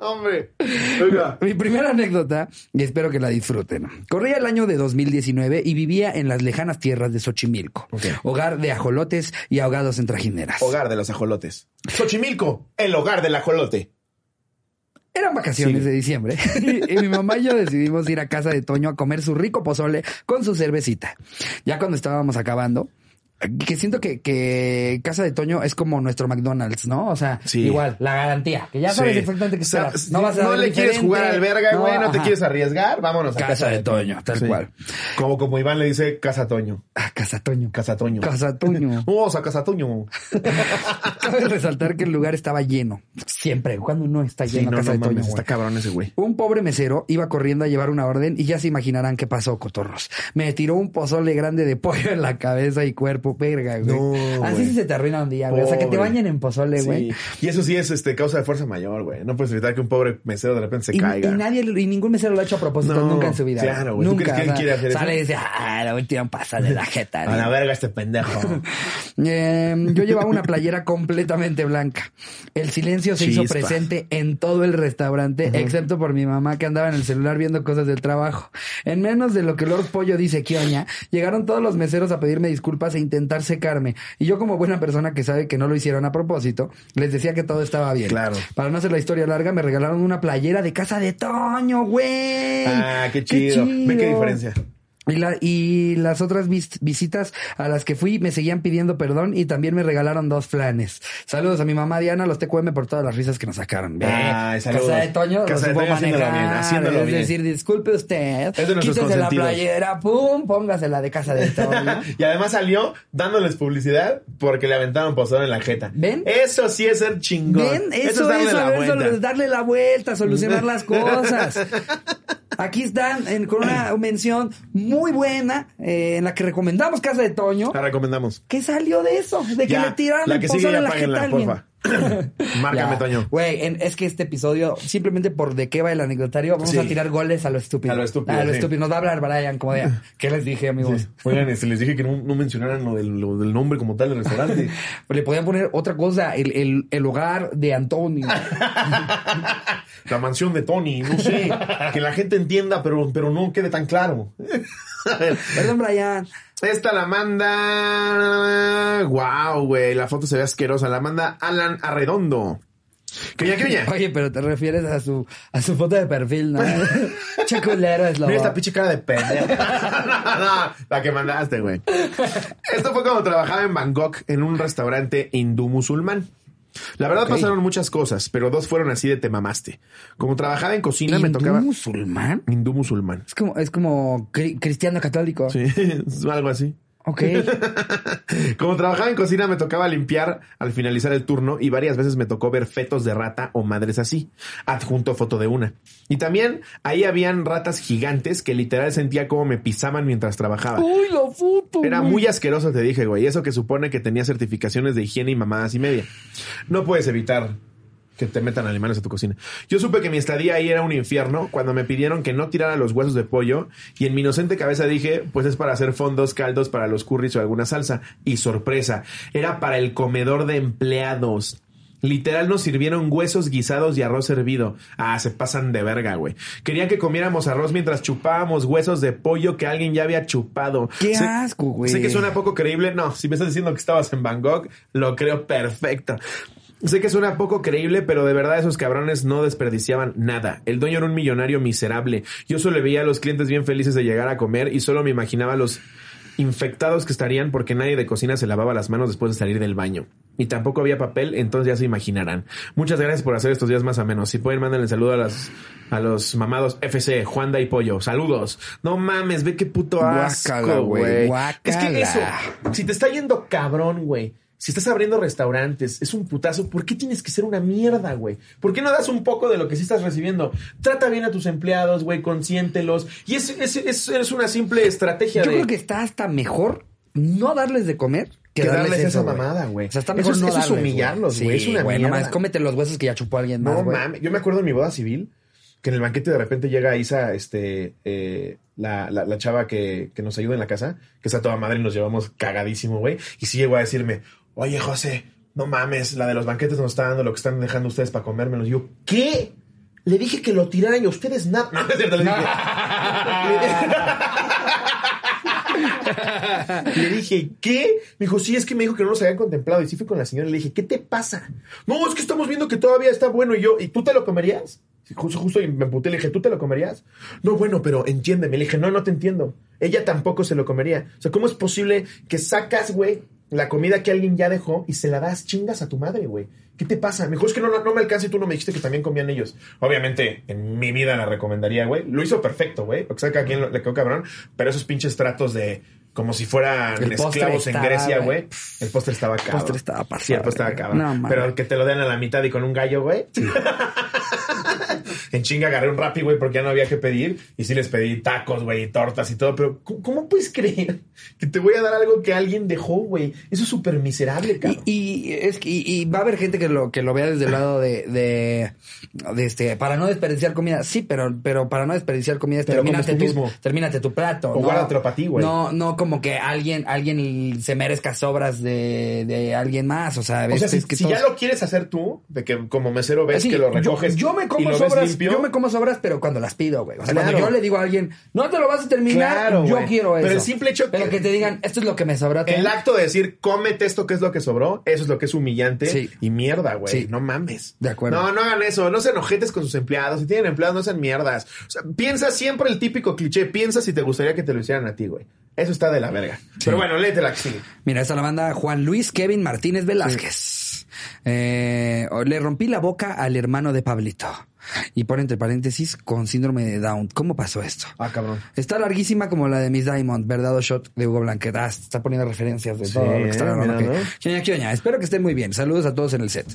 Hombre. Oiga. Mi primera anécdota, y espero que la disfruten. Corría el año de 2019 y vivía en las lejanas tierras de Xochimilco, Ok. hogar de ajolotes y ahogados en trajineras. Hogar de los ajolotes. Xochimilco, el hogar del ajolote. Eran vacaciones Sí. de diciembre <laughs> y, y mi mamá y yo decidimos ir a casa de Toño a comer su rico pozole con su cervecita. Ya cuando estábamos acabando, que siento que, que casa de Toño es como nuestro McDonald's, ¿no? O sea, Sí. igual, la garantía, que ya sabes Sí. exactamente qué O sea, esperas. No, vas a ver le quieres diferente, jugar al verga, güey. No, te ajá. quieres arriesgar. Vámonos a Casa casa, de Toño, tal cual. Como, como Iván le dice, casa Toño. Ah, casa Toño. Casa Toño. Casa <laughs> Toño. Vamos a casa Toño. Cabe resaltar que el lugar estaba lleno. Siempre, cuando no está Sí, lleno no, casa no de Toño. mames, güey. está cabrón ese güey. Un pobre mesero iba corriendo a llevar una orden y ya se imaginarán qué pasó, cotorros. Me tiró un pozole grande de pollo en la cabeza y cuerpo, verga, güey. No, Así güey. sí se te arruina un día, güey. O sea, que te Pobre. bañen en pozole, Sí. güey. Y eso sí es este, causa de fuerza mayor, güey. No puedes evitar que un pobre mesero de repente se Y, y caiga. nadie, y ningún mesero lo ha hecho a propósito No, nunca en su vida. claro, güey. ¿Tú Nunca. crees que él o sea, quiere hacer eso? sale y dice, ah, la última pasa de la jeta. <laughs> A ¿no? la verga este pendejo. <laughs> Eh, yo llevaba una playera completamente blanca. El silencio se hizo Chispas. presente en todo el restaurante, excepto por mi mamá que andaba en el celular viendo cosas del trabajo. En menos de lo que Lord Pollo dice que oña, llegaron todos los meseros a pedirme disculpas e intentar secarme. Y yo, como buena persona que sabe que no lo hicieron a propósito, les decía que todo estaba bien. Claro. Para no hacer la historia larga, me regalaron una playera de casa de Toño, güey. Ah, qué chido. Ve qué diferencia. Y, la- y las otras vis- visitas a las que fui me seguían pidiendo perdón y también me regalaron dos flanes. Saludos a mi mamá Diana, a los TQM por todas las risas que nos sacaron. Ve, Ay, saludos. Casa de Toño, Casa lo de supo Toño haciéndolo manejar. bien, haciéndolo es bien. decir, disculpe usted, Es de nuestros quítese la consentidos. playera, pum, póngasela de casa de Toño. <laughs> y además salió dándoles publicidad porque le aventaron pozón en la jeta. ¿Ven? Eso sí es ser chingón. Ven, eso, es saber solu- darle la vuelta, solucionar <laughs> las cosas. Aquí están en- con una mención muy buena eh, en la que recomendamos Casa de Toño. La recomendamos. ¿Qué salió de eso? De que Ya, le tiraron la el que pozole sigue en ya la jeta a páguenla, alguien. porfa. <coughs> Márcame, Ya. Toño. Güey, en- es que este episodio, simplemente por de qué va el anecdotario, vamos Sí. a tirar goles a lo estúpido. A lo estúpido, A lo sí. estúpido. Nos va a hablar Brian, como <laughs> de, ¿qué les dije, amigos? Oigan, este, les dije que no, no mencionaran lo del, lo del nombre como tal del <laughs> restaurante. Pues Le podían poner otra cosa, el, el, el hogar de <laughs> Antonio. la mansión de Tony, no sé. Que la gente entienda, pero, pero no quede tan claro. A ver, Perdón, Brian. Esta la manda. Wow, güey. La foto se ve asquerosa. La manda Alan Arredondo. Que ya, que ya. Oye, pero te refieres a su, a su foto de perfil, <laughs> ¿no? che culero es lo. Mira esta pinche cara <laughs> de pendejo. <laughs> No, la que mandaste, güey. Esto fue cuando trabajaba en Bangkok en un restaurante hindú musulmán. La verdad Ok. pasaron muchas cosas, pero dos fueron así de te mamaste. Como trabajaba en cocina, me ¿Hindú tocaba musulmán? hindú musulmán. Es como, es como cri- cristiano católico. Sí, <laughs> es algo así. <laughs> Ok. Como trabajaba en cocina, me tocaba limpiar al finalizar el turno y varias veces me tocó ver fetos de rata o madres así. Adjunto foto de una. Y también ahí habían ratas gigantes que literal sentía como me pisaban mientras trabajaba. Uy, lo puto. Era güey. muy asqueroso, te dije, güey. Eso que supone que tenía certificaciones de higiene y mamadas y media. No puedes evitar que te metan animales a tu cocina. Yo supe que mi estadía ahí era un infierno cuando me pidieron que no tirara los huesos de pollo y en mi inocente cabeza dije, pues es para hacer fondos, caldos para los curries o alguna salsa. Y sorpresa, era para el comedor de empleados. Literal nos sirvieron huesos guisados y arroz hervido. Ah, se pasan de verga, güey. Querían que comiéramos arroz mientras chupábamos huesos de pollo que alguien ya había chupado. Qué Sé- asco, güey. Sé que suena poco creíble. No, si me estás diciendo que estabas en Bangkok, lo creo perfecto. Sé que suena poco creíble, pero de verdad esos cabrones no desperdiciaban nada. El dueño era un millonario miserable. Yo solo veía a los clientes bien felices de llegar a comer y solo me imaginaba los infectados que estarían porque nadie de cocina se lavaba las manos después de salir del baño. Y tampoco había papel, entonces ya se imaginarán. Muchas gracias por hacer estos días más a menos. Si pueden, mándenle saludo a las a los mamados FC, Juanda y Pollo. Saludos. No mames, ve qué puto Guácala, asco, güey, güey. Es guácala. que eso, si te está yendo cabrón, güey. Si estás abriendo restaurantes, es un putazo. ¿Por qué tienes que ser una mierda, güey? ¿Por qué no das un poco de lo que sí estás recibiendo? Trata bien a tus empleados, güey, consiéntelos. Y es, es, es, es una simple estrategia Yo de... creo que está hasta mejor no darles de comer que, Que darles esa güey. mamada, güey. O sea, está Eso mejor es- no eso es darles, humillarlos, güey, es una no mierda. mames, cómete los huesos que ya chupó alguien más, No güey. mames, yo me acuerdo en mi boda civil que en el banquete de repente llega Isa, este, eh, la, la, la chava que, que nos ayuda en la casa, que está toda madre y nos llevamos cagadísimo, güey. Y sí llegó a decirme, oye, José, no mames, la de los banquetes nos está dando lo que están dejando ustedes para comérmelos. Y yo, ¿qué? Le dije que lo tiraran y a ustedes nada. <laughs> No, no es cierto, le dije. Le dije, ¿qué? Me dijo, sí, es que me dijo que no los habían contemplado. Y sí fui con la señora y le dije, ¿qué te pasa? No, es que estamos viendo que todavía está bueno. Y yo, ¿y tú te lo comerías? Sí, Justo, justo y me emputé, le dije, ¿tú te lo comerías? No, bueno, pero entiéndeme. Le dije, no, no te entiendo. Ella tampoco se lo comería. O sea, ¿cómo es posible que sacas, güey, la comida que alguien ya dejó y se la das chingas a tu madre, güey? ¿Qué te pasa? Me dijo, es que no, no, no me alcanza y tú no me dijiste que también comían ellos. Obviamente, en mi vida la recomendaría, güey. Lo hizo perfecto, güey. Porque sabe que a quién lo- le quedó cabrón. Pero esos pinches tratos de como si fueran El postre esclavos en estaba, Grecia, güey. güey. El postre estaba cabrón. postre estaba pasado, Sí, el postre güey. estaba cabrón. No, mames. pero que te lo den a la mitad y con un gallo, güey. <laughs> en chinga agarré un rapi, güey, porque ya no había que pedir. Y sí les pedí tacos, güey, y tortas y todo. Pero, ¿cómo- ¿cómo puedes creer que te voy a dar algo que alguien dejó, güey? Eso es súper miserable, cabrón. Y, y es que y, y va a haber gente que lo que lo vea desde el lado de, de, de este para no desperdiciar comida. Sí, pero pero para no desperdiciar comida es Pero comes termínate tú tu, mismo. termínate tu plato, O no, guárdatelo pa' ti, güey. No, no como que alguien alguien se merezca sobras de, de alguien más, o sea, O sea, es- si, es que si todos- ya lo quieres hacer tú, de que como mesero ves Sí, Pues que lo yo- recoges. Yo, me como y lo ves sobras, limpio, yo me como sobras, pero cuando las pido, güey. O sea, Claro. cuando yo le digo a alguien, no te lo vas a terminar, Claro, yo güey. quiero eso. Pero el simple hecho Pero que- que, te digan, esto es lo que me sobra. El acto de decir, cómete esto que es lo que sobró, eso es lo que es humillante Sí. y mierda, güey. Sí. No mames. De acuerdo. No, no hagan eso. No sean ojetes con sus empleados. Si tienen empleados, no sean mierdas. O sea, piensa siempre el típico cliché. Piensa si te gustaría que te lo hicieran a ti, güey. Eso está de la verga. Pero bueno, léete la que sigue. Mira, esa la manda Juan Luis Kevin Martínez Velázquez. Eh, o- le rompí la boca al hermano de Pablito. Y pone entre paréntesis con síndrome de Down. ¿Cómo pasó esto? Ah, cabrón. Está larguísima como la de Miss Diamond, ¿verdad? O shot de Hugo Blanquet. Ah, se está poniendo referencias de Sí, todo lo que está eh, grabando mira, aquí. ¿no? ¿Qué oña, qué oña? Espero que estén muy bien. Saludos a todos en el set.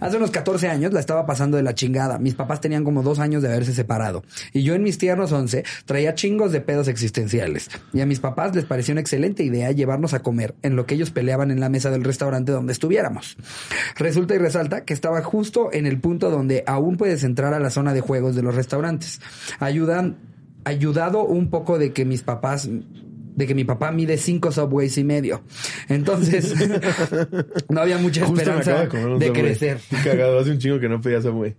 Hace unos 14 años la estaba pasando de la chingada. Mis papás tenían como dos años de haberse separado. Y yo en mis tiernos 11 traía chingos de pedos existenciales. Y a mis papás les pareció una excelente idea llevarnos a comer en lo que ellos peleaban en la mesa del restaurante donde estuviéramos. Resulta y resalta que estaba justo en el punto donde aún puedes entrar a la zona de juegos de los restaurantes. Ayudan, ayudado un poco de que mis papás de que mi papá mide cinco subways y medio. Entonces, no había mucha esperanza de crecer. Cagado, hace un chingo que no pedías a güey.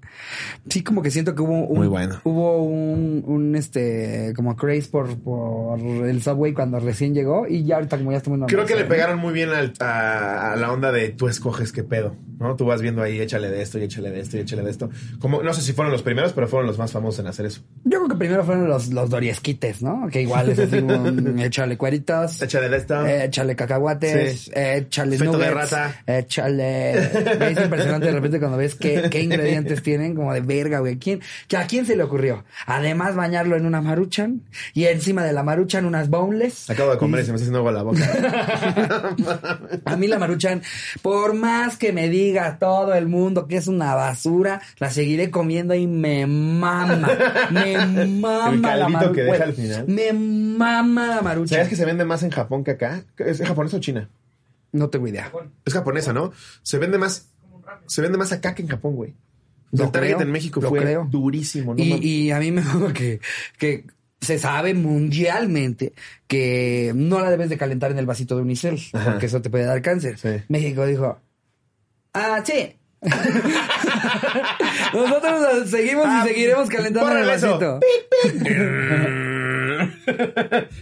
Sí, como que siento que hubo un, Muy bueno. hubo un, un, este, como craze por, por el subway cuando recién llegó y ya ahorita como ya está muy Creo normalizado, que le ¿no? pegaron muy bien al- a, a la onda de tú escoges qué pedo, ¿no? Tú vas viendo ahí, échale de esto, y échale de esto, y échale de esto. Como, no sé si fueron los primeros, pero fueron los más famosos en hacer eso. Yo creo que primero fueron los, los doriesquites, ¿no? Que igual es así, un, <laughs> échale cueritos. Échale de esto. Eh, Échale cacahuates, Sí. eh, échale Feto de nuggets, rata. échale... Es impresionante de repente cuando ves qué, qué ingredientes tienen, como de verga, güey. ¿Quién, que ¿A quién se le ocurrió? Además bañarlo en una maruchan y encima de la maruchan unas boneless. Acabo de comer y se me está haciendo agua la <laughs> boca. A mí la maruchan, por más que me diga todo el mundo que es una basura, la seguiré comiendo y me mama. Me mama <laughs> El la caldito que maruchan. deja al final. Me mama la maruchan. ¿Sabías que se vende más en Japón que acá? ¿Es japonesa o china? No tengo idea. Es japonesa, ¿no? Se vende más, se vende más acá que en Japón, güey. O Lo sea, El target creo, en México lo fue creo. durísimo, ¿no? Y, mames? y a mí me <laughs> acuerdo que, que se sabe mundialmente que no la debes de calentar en el vasito de unicel, Ajá. porque eso te puede dar cáncer. Sí. México dijo, ah, sí. <laughs> Nosotros seguimos y seguiremos calentando en el ¡Pórrele Ah, eso! vasito. <laughs>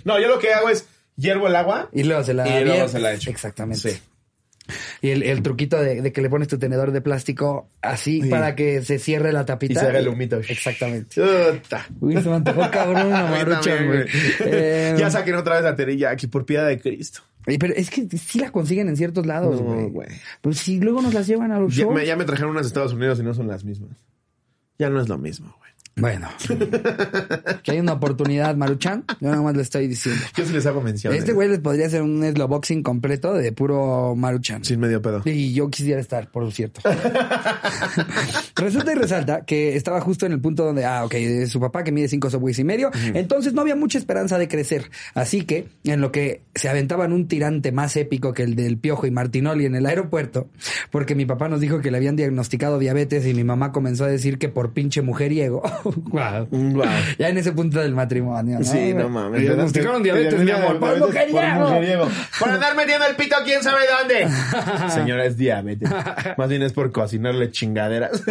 no, yo lo que hago es hiervo el agua Y luego se la y luego abiertes. se la echo. Exactamente. Sí. Y el, el truquito de, de que le pones tu tenedor de plástico así Sí. para que se cierre la tapita. Y se haga el humito. Exactamente. Puta. Uy, se me antojó Oh, cabrón una <laughs> A mí maruchan, también, güey. güey. Eh, ya saquen otra vez la terilla aquí por piedad de Cristo. Oye, Eh, Pero es que sí la consiguen en ciertos lados, No, güey. güey. pues si luego nos las llevan a los Ya shows. me, ya me trajeron unas de Estados Unidos y no son las mismas. Ya no es lo mismo, güey. <laughs> Bueno. que hay una oportunidad, Maruchan. Yo nada más le estoy diciendo. Yo sí les hago mención. Este eh, güey les podría hacer un slow boxing completo de puro Maruchan. Sin medio pedo. Y yo quisiera estar, por cierto. <laughs> Resulta y resalta que estaba justo en el punto donde, ah, ok, es su papá que mide cinco subways y medio. Entonces no había mucha esperanza de crecer. Así que, en lo que se aventaban un tirante más épico que el del Piojo y Martinoli en el aeropuerto, porque mi papá nos dijo que le habían diagnosticado diabetes y mi mamá comenzó a decir que por pinche mujeriego. <laughs> Guau. Guau. Ya en ese punto del matrimonio. ¿no? Sí, no Me mames. Diagnosticaron diabetes, mi amor. Por mujeriego. Por andar metiendo el pito quién sabe dónde. <laughs> Señora, es diabetes. Más bien es por cocinarle chingaderas.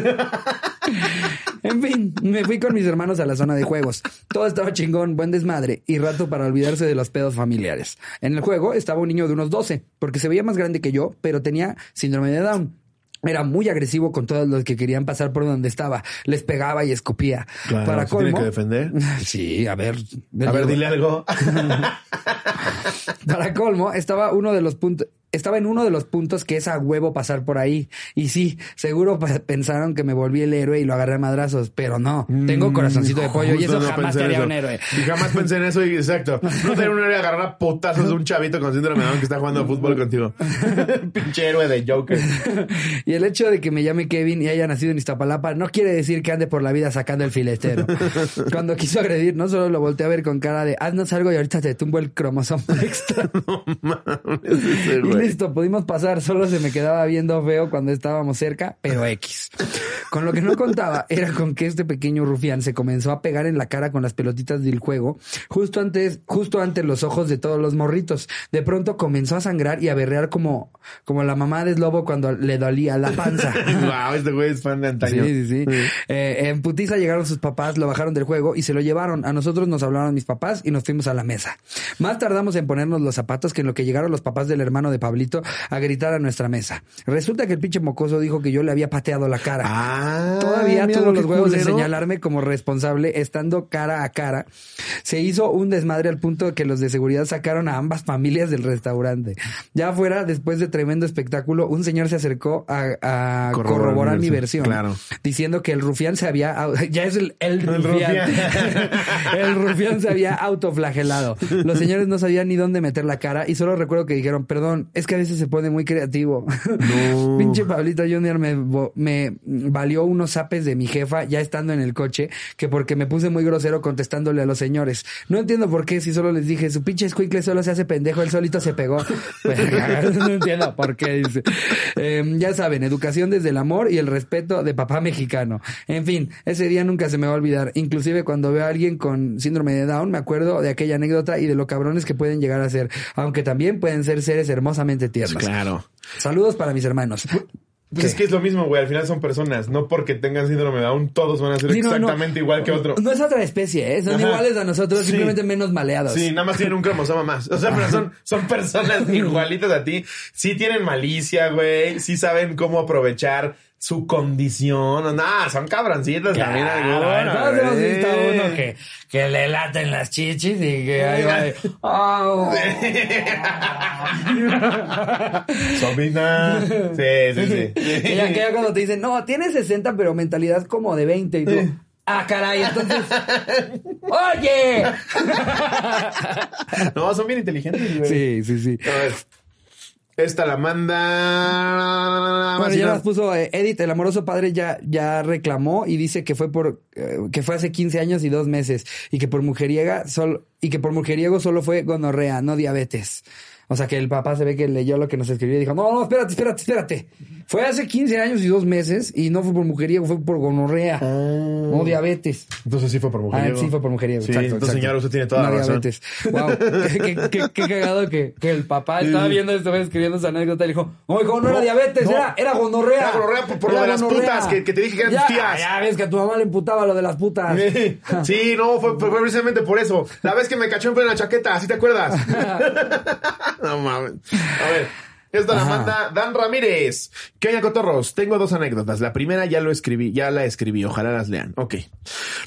En fin, me fui con mis hermanos a la zona de juegos. Todo estaba chingón, buen desmadre y rato para olvidarse de los pedos familiares. En el juego estaba un niño de unos 12, porque se veía más grande que yo, pero tenía síndrome de Down. Era muy agresivo con todos los que querían pasar por donde estaba. Les pegaba y escupía. Claro, para se tiene colmo. que defender. <laughs> Sí, a ver. A ver, digo- dile algo. Para colmo, estaba uno de los puntos. Estaba en uno de los puntos que es a huevo pasar por ahí. Y sí, seguro pe- pensaron que me volví el héroe y lo agarré a madrazos, pero no. Tengo corazoncito de pollo y Mm, Justo eso no jamás pensé te haría eso. un héroe. Y jamás pensé en eso y exacto. No sería un héroe agarrar a putazos de un chavito con síndrome de Down que está jugando fútbol contigo. <laughs> Pinche héroe de Joker. Y el hecho de que me llame Kevin y haya nacido en Iztapalapa no quiere decir que ande por la vida sacando el <laughs> filetero. Cuando quiso agredir, no solo lo volteé a ver con cara de haznos algo y ahorita te tumbo el cromosoma <laughs> extra. No mames, ese <laughs> Y güey. listo, pudimos pasar. Solo se me quedaba viendo feo cuando estábamos cerca, pero X. Con lo que no contaba era con que este pequeño rufián se comenzó a pegar en la cara con las pelotitas del juego, justo antes, justo ante los ojos de todos los morritos. De pronto comenzó a sangrar y a berrear como, como la mamá de Slobo cuando le dolía la panza. Wow, este güey es fan de antaño. Sí, sí, sí. Eh, en Putiza llegaron sus papás, lo bajaron del juego y se lo llevaron. A nosotros nos hablaron mis papás y nos fuimos a la mesa. Más tardamos en ponernos los zapatos que en lo que llegaron los papás del hermano de Pablito a gritar a nuestra mesa. Resulta que el pinche mocoso dijo que yo le había pateado la cara. Ah, Todavía mira todos qué los huevos de culero. señalarme como responsable, estando cara a cara. Se hizo un desmadre al punto de que los de seguridad sacaron a ambas familias del restaurante. Ya afuera, después de tremendo espectáculo, un señor se acercó a, a Corroborar corroborar, mi mi versión, versión. claro. Diciendo que el rufián se había... au- <laughs> Ya es el, el El rufián. rufián. <laughs> el rufián se había autoflagelado. Los señores no sabían ni dónde meter la cara y solo recuerdo que dijeron, perdón, es que a veces se pone muy creativo. <laughs> No. Pinche Pablito Junior me, vo- me valió unos zapes de mi jefa ya estando en el coche, que porque me puse muy grosero contestándole a los señores. No entiendo por qué, si solo les dije, su pinche escuincle solo se hace pendejo, él solito se pegó. <laughs> Pues, no entiendo por qué, dice. Em, ya saben, educación desde el amor y el respeto de papá mexicano. En fin, ese día nunca se me va a olvidar. Inclusive cuando veo a alguien con síndrome de Down, me acuerdo de aquella anécdota y de lo cabrones que pueden llegar a ser, aunque también pueden ser seres hermosamente tiernos. Claro. Saludos para mis hermanos. Pues es que es lo mismo, güey. Al final son personas. No porque tengan síndrome de Down, todos van a ser Sí, no, no. exactamente igual que otro. No es otra especie, ¿eh? son Ajá. iguales a nosotros, Sí. simplemente menos maleados. Sí, nada más tienen <laughs> un cromosoma más. O sea, pero son, son personas igualitas a ti. Sí tienen malicia, güey. Sí saben cómo aprovechar su condición. Nah, son cabroncitas Claro, también algunas, todos hemos güey. visto a uno que, que le laten las chichis y que ahí va de, "Au". Sobina. ah, <laughs> Sí, sí, sí. Y ya que ya cuando te dicen, no, tiene 60, pero mentalidad como de 20. Y tú, ah, caray, entonces, <laughs> oye. No, son bien inteligentes, güey. Sí, sí, sí. A ver. Esta la manda. Bueno, ya Vacina- las puso eh, Edith, el amoroso padre ya, ya reclamó y dice que fue por eh, que fue hace 15 años y dos meses y que por mujeriega solo y que por mujeriego solo fue gonorrea, no diabetes. O sea que el papá se ve que leyó lo que nos escribió y dijo, no, no, espérate, espérate, espérate. Fue hace 15 años y dos meses y no fue por mujeriego, fue por gonorrea, Ah. no diabetes. Entonces sí fue por Ah, mujeriego. sí, fue por mujeriego. Sí, exacto, entonces, exacto. señora, usted tiene toda la No razón. diabetes. Wow. qué, qué- qué cagado que, que el papá estaba viendo esto, escribiendo esa anécdota y le dijo: No, hijo, no, era No, diabetes, no. era, era gonorrea. Era gonorrea por- por lo de las putas, que- que te dije que eran Ya, tías. Ya ves que a tu mamá le imputaba lo de las putas. <laughs> Sí, no, fue, fue precisamente por eso. La vez que me cachó en plena chaqueta, ¿sí te acuerdas? <laughs> no mames. A ver. Esta la Ajá. manda Dan Ramírez. ¿Qué oña, cotorros? Tengo dos anécdotas. La primera ya lo escribí, ya la escribí. Ojalá las lean. Ok.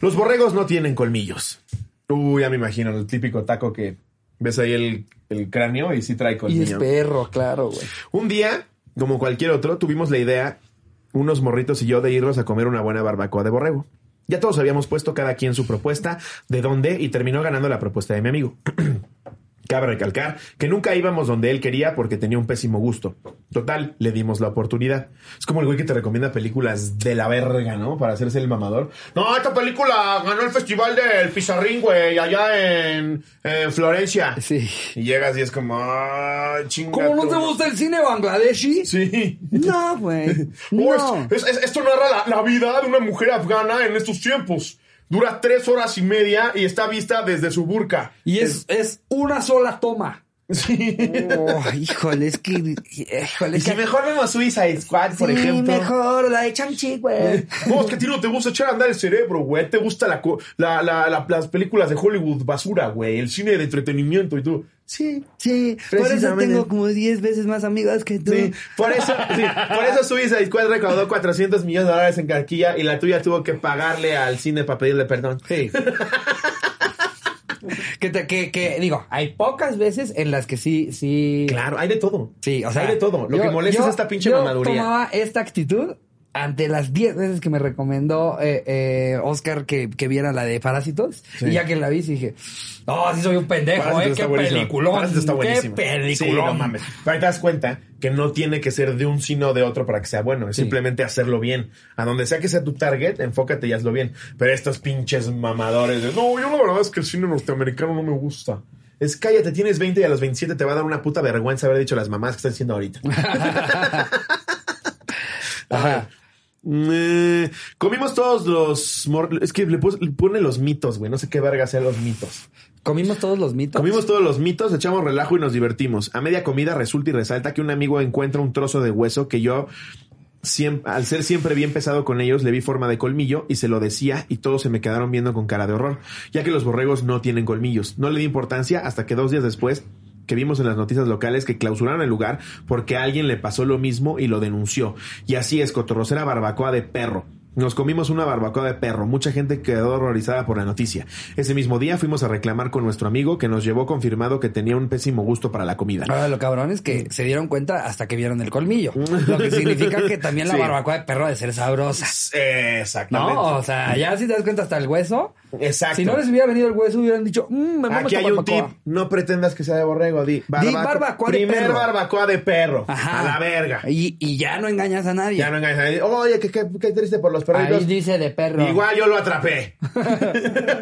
Los borregos no tienen colmillos. Uy, ya me imagino, el típico taco que ves ahí el, el cráneo y sí trae y colmillo. es perro, claro, güey. Un día, como cualquier otro, tuvimos la idea, unos morritos y yo, de irnos a comer una buena barbacoa de borrego. Ya todos habíamos puesto cada quien su propuesta, de dónde, y terminó ganando la propuesta de mi amigo. <clears throat> Cabe recalcar que nunca íbamos donde él quería porque tenía un pésimo gusto. Total, le dimos la oportunidad. Es como el güey que te recomienda películas de la verga, ¿no? Para hacerse el mamador. No, esta película ganó el festival del Pizarrín, güey, allá en, en Florencia. Sí. Y llegas y es como, ah, chinga ¿Cómo no tu te madre". gusta el cine bangladeshi? Sí. Pues, No, güey. Oh, <laughs> No. es- es- es- esto narra la, la vida de una mujer afgana en estos tiempos. Dura tres horas y media y está vista desde su burka. Y es, es una sola toma. Sí. Oh, híjole, es que. Híjole, Y es si que. mejor vemos Suicide Squad, por Sí, ejemplo. mejor la de Chang-Chi, <laughs> güey. No, es que a ti no te gusta echar a andar el cerebro, güey. Te gusta la, co- la- la- la- las películas de Hollywood basura, güey. El cine de entretenimiento y tú. Sí. Sí, por eso Precisamente. tengo como 10 veces más amigas que tú. Sí, por eso, sí, por eso Suicide Squad recaudó 400 millones de dólares en carquilla y la tuya tuvo que pagarle al cine para pedirle perdón. Sí. que, te- que, que, digo, hay pocas veces en las que sí, sí. Claro, hay de todo. Sí, o sea. Hay de todo. Lo yo- que molesta yo- es esta pinche yo mamaduría. tomaba esta actitud ante las 10 veces que me recomendó eh, eh, Oscar que, que viera la de Parásitos. Sí. Y ya que la vi, sí dije, no, sí soy un pendejo, Parásitos eh. Qué está buenísimo. peliculón. Parásitos está qué buenísimo. Sí, peliculón. <laughs> no mames. Pero ahí te das cuenta que no tiene que ser de un sino de otro para que sea bueno. Es Sí. simplemente hacerlo bien. A donde sea que sea tu target, enfócate y hazlo bien. Pero estos pinches mamadores de, no, yo la verdad es que el cine norteamericano no me gusta. Es cállate, tienes 20 y a los 27 te va a dar una puta vergüenza haber dicho las mamás que están diciendo ahorita. Ajá. Eh, comimos todos los... mor- Es que le, pus- le pone los mitos, güey. No sé qué verga sean los mitos. Comimos todos los mitos. Comimos todos los mitos, echamos relajo y nos divertimos. A media comida resulta y resalta que un amigo encuentra un trozo de hueso que yo, siem- al ser siempre bien pesado con ellos, le vi forma de colmillo y se lo decía y todos se me quedaron viendo con cara de horror, ya que los borregos no tienen colmillos. No le di importancia hasta que dos días después que vimos en las noticias locales que clausuraron el lugar porque a alguien le pasó lo mismo y lo denunció. Y así es, cotorrocera barbacoa de perro. Nos comimos una barbacoa de perro. Mucha gente quedó horrorizada por la noticia. Ese mismo día fuimos a reclamar con nuestro amigo que nos llevó confirmado que tenía un pésimo gusto para la comida. Ahora lo cabrón es que se dieron cuenta hasta que vieron el colmillo. Lo que significa que también la Sí. barbacoa de perro ha de ser sabrosa. Exactamente. No, o sea, ya si te das cuenta hasta el hueso. Exacto. Si no les hubiera venido el hueso, hubieran dicho, mmm, me mames Aquí esta hay un tip. barbacoa". No pretendas que sea de borrego. Di barbaco- barbacoa de primer perro. barbacoa de perro. Ajá. A la verga. Y, y ya no engañas a nadie. Ya no engañes a nadie. Oye, qué, qué- qué triste por los perritos. Ahí dice de perro. Igual yo lo atrapé.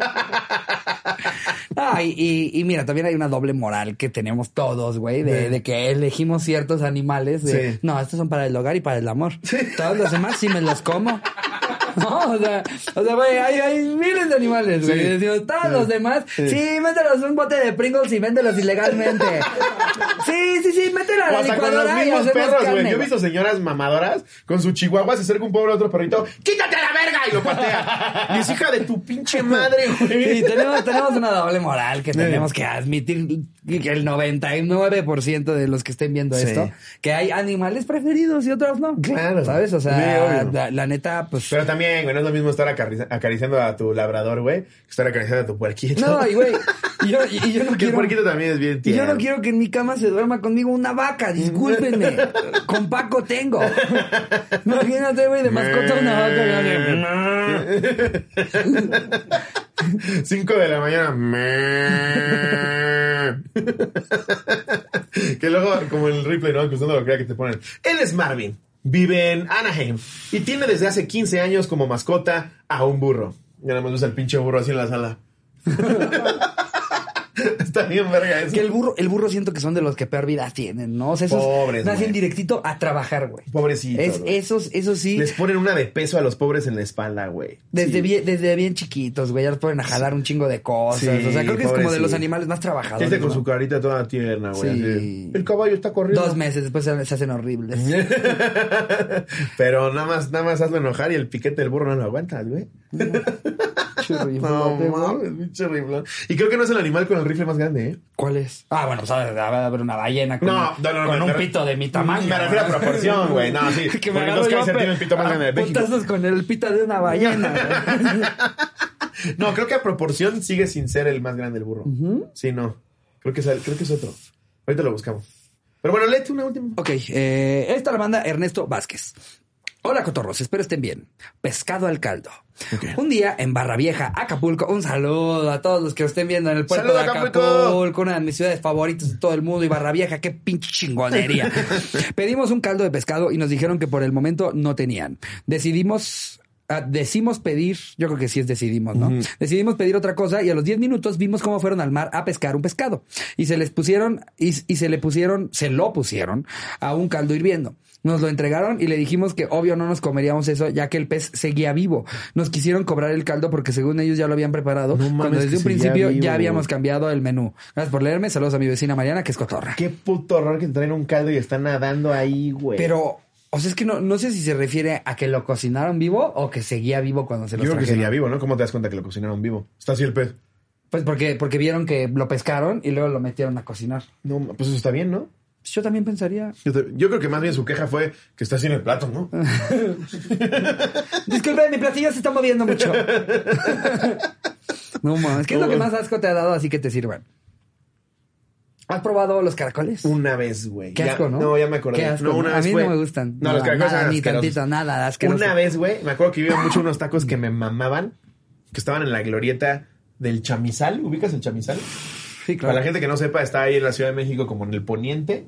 <laughs> Ah, y, y- y mira, también hay una doble moral que tenemos todos, güey, de, Sí. de que elegimos ciertos animales. De, Sí. No, estos son para el hogar y para el amor. Todos los demás sí me los <laughs> como. No, o sea, o sea, güey, hay, hay miles de animales, güey. Sí. Y decimos, Todos los demás, sí. mételos en un bote de Pringles y véndelos <laughs> ilegalmente. sí, sí, sí, mételos a la O sea, con los licuadora y mismos hacemos perros, güey. carne, Yo he güey. visto señoras mamadoras con su chihuahua, se acerca un pobre a otro perrito, ¡quítate a la verga! Y <laughs> lo patea. y es hija de tu pinche madre, güey. <laughs> Sí, tenemos, tenemos una doble moral que tenemos que admitir que el 99% de los que estén viendo Sí. esto, que hay animales preferidos y otros no. Claro. ¿Sabes? O Sí, sea, obvio. la, la neta, pues... Pero también, güey, no es lo mismo estar acarici- acariciando a tu labrador, güey, que estar acariciando a tu puerquito. No, y güey, y yo, y- y yo no <laughs> que el quiero... puerquito también es bien y tierno. yo no quiero que en mi cama se duerma conmigo una <laughs> vaca, discúlpenme. Con Paco tengo. Imagínate, güey, de mascota una vaca. yo de- 5 de la mañana. meh. <laughs> que luego, como el replay, ¿no? Que usted no lo crea que te ponen. Él es Marvin. Vive en Anaheim. Y tiene desde hace 15 años como mascota a un burro. Y nada más usa el pinche burro así en la sala. <laughs> Está bien, verga. Eso. Que el burro, el burro siento que son de los que peor vida tienen, ¿no? O sea, esos Pobres, nacen güey. directito a trabajar, güey. Pobrecitos, Es, güey. esos, esos sí. Les ponen una de peso a los pobres en la espalda, güey. Desde, Sí. bien, desde bien chiquitos, güey, ya los ponen a jalar un chingo de cosas. Sí, o sea, creo que es como de los pobrecito. animales más trabajadores. Este con ¿no? su carita toda tierna, güey. Sí. así. El caballo está corriendo. Dos meses después se, se hacen <laughs> horribles. Pero nada más, nada más hazlo enojar y el piquete del burro no lo aguantas, güey. No Chirriflote, güey. mames, pinche riflón. Y creo que no es el animal con el rifle más grande, ¿eh? ¿Cuál es? Ah, bueno, sabes, va a haber una ballena con, con me- un me- pito de mi tamaño. Me refiero a ¿no? <laughs> proporción, güey. No, sí. que me porque agarro los yo, Kaiser pe- tienen el pito más grande de a México. putazos con el pito de una <laughs> ballena. güey. No, creo que a proporción sigue sin ser el más grande el burro. Sí, no. Creo que, es, el- creo que es otro. Ahorita lo buscamos. Pero bueno, léete una última. Ok, eh, esta la manda Ernesto Vázquez. Hola cotorros, espero estén bien. Pescado al caldo. Un día en Barra Vieja, Acapulco, un saludo a todos los que estén viendo en el puerto ¡Saludo, de Acapulco! Acapulco, una de mis ciudades favoritas de todo el mundo y Barra Vieja, qué pinche <laughs> chingonería. Pedimos un caldo de pescado y nos dijeron que por el momento no tenían. Decidimos ah, decimos pedir, yo creo que sí es decidimos, ¿no? Ujú. Decidimos pedir otra cosa y a los 10 minutos vimos cómo fueron al mar a pescar un pescado y se les pusieron y, y se le pusieron, se lo pusieron a un caldo hirviendo. Nos lo entregaron y le dijimos que obvio no nos comeríamos eso ya que el pez seguía vivo. Nos quisieron cobrar el caldo porque según ellos ya lo habían preparado No mames, cuando desde que un seguía principio vivo. ya habíamos cambiado el menú. Gracias por leerme. Saludos a mi vecina Mariana que es cotorra. Qué puto horror que te traen un caldo y están nadando ahí, güey. Pero, o sea, es que no, no sé si se refiere a que lo cocinaron vivo o que seguía vivo cuando se Yo lo creo que trajeron. sería vivo, ¿no? ¿Cómo te das cuenta que lo cocinaron vivo? Está así el pez. Pues porque, porque vieron que lo pescaron y luego lo metieron a cocinar. No, ma- pues eso está bien, ¿no? Pues Yo también <laughs> pensaría. Yo, te- yo creo que más bien su queja fue que está así en el plato, ¿no? Disculpe, mi platillo se está moviendo <laughs> mucho. no mames, ¿qué es lo que más asco te ha dado así que te sirvan? ¿Has probado los caracoles? Una vez, güey. Qué Ya- asco, ¿no? ya me acordé. Qué asco, no, una ¿no? A vez mí fue- no me gustan. No, Nada, los caracoles nada, eran ni asquerosos. tantito, nada, asqueroso. Una vez, güey, me acuerdo que iba mucho unos tacos que me mamaban, que estaban en la glorieta del Chamizal. ¿Ubicas el Chamizal? Sí, Para la claro. gente que no sepa, está ahí en la Ciudad de México, como en el poniente.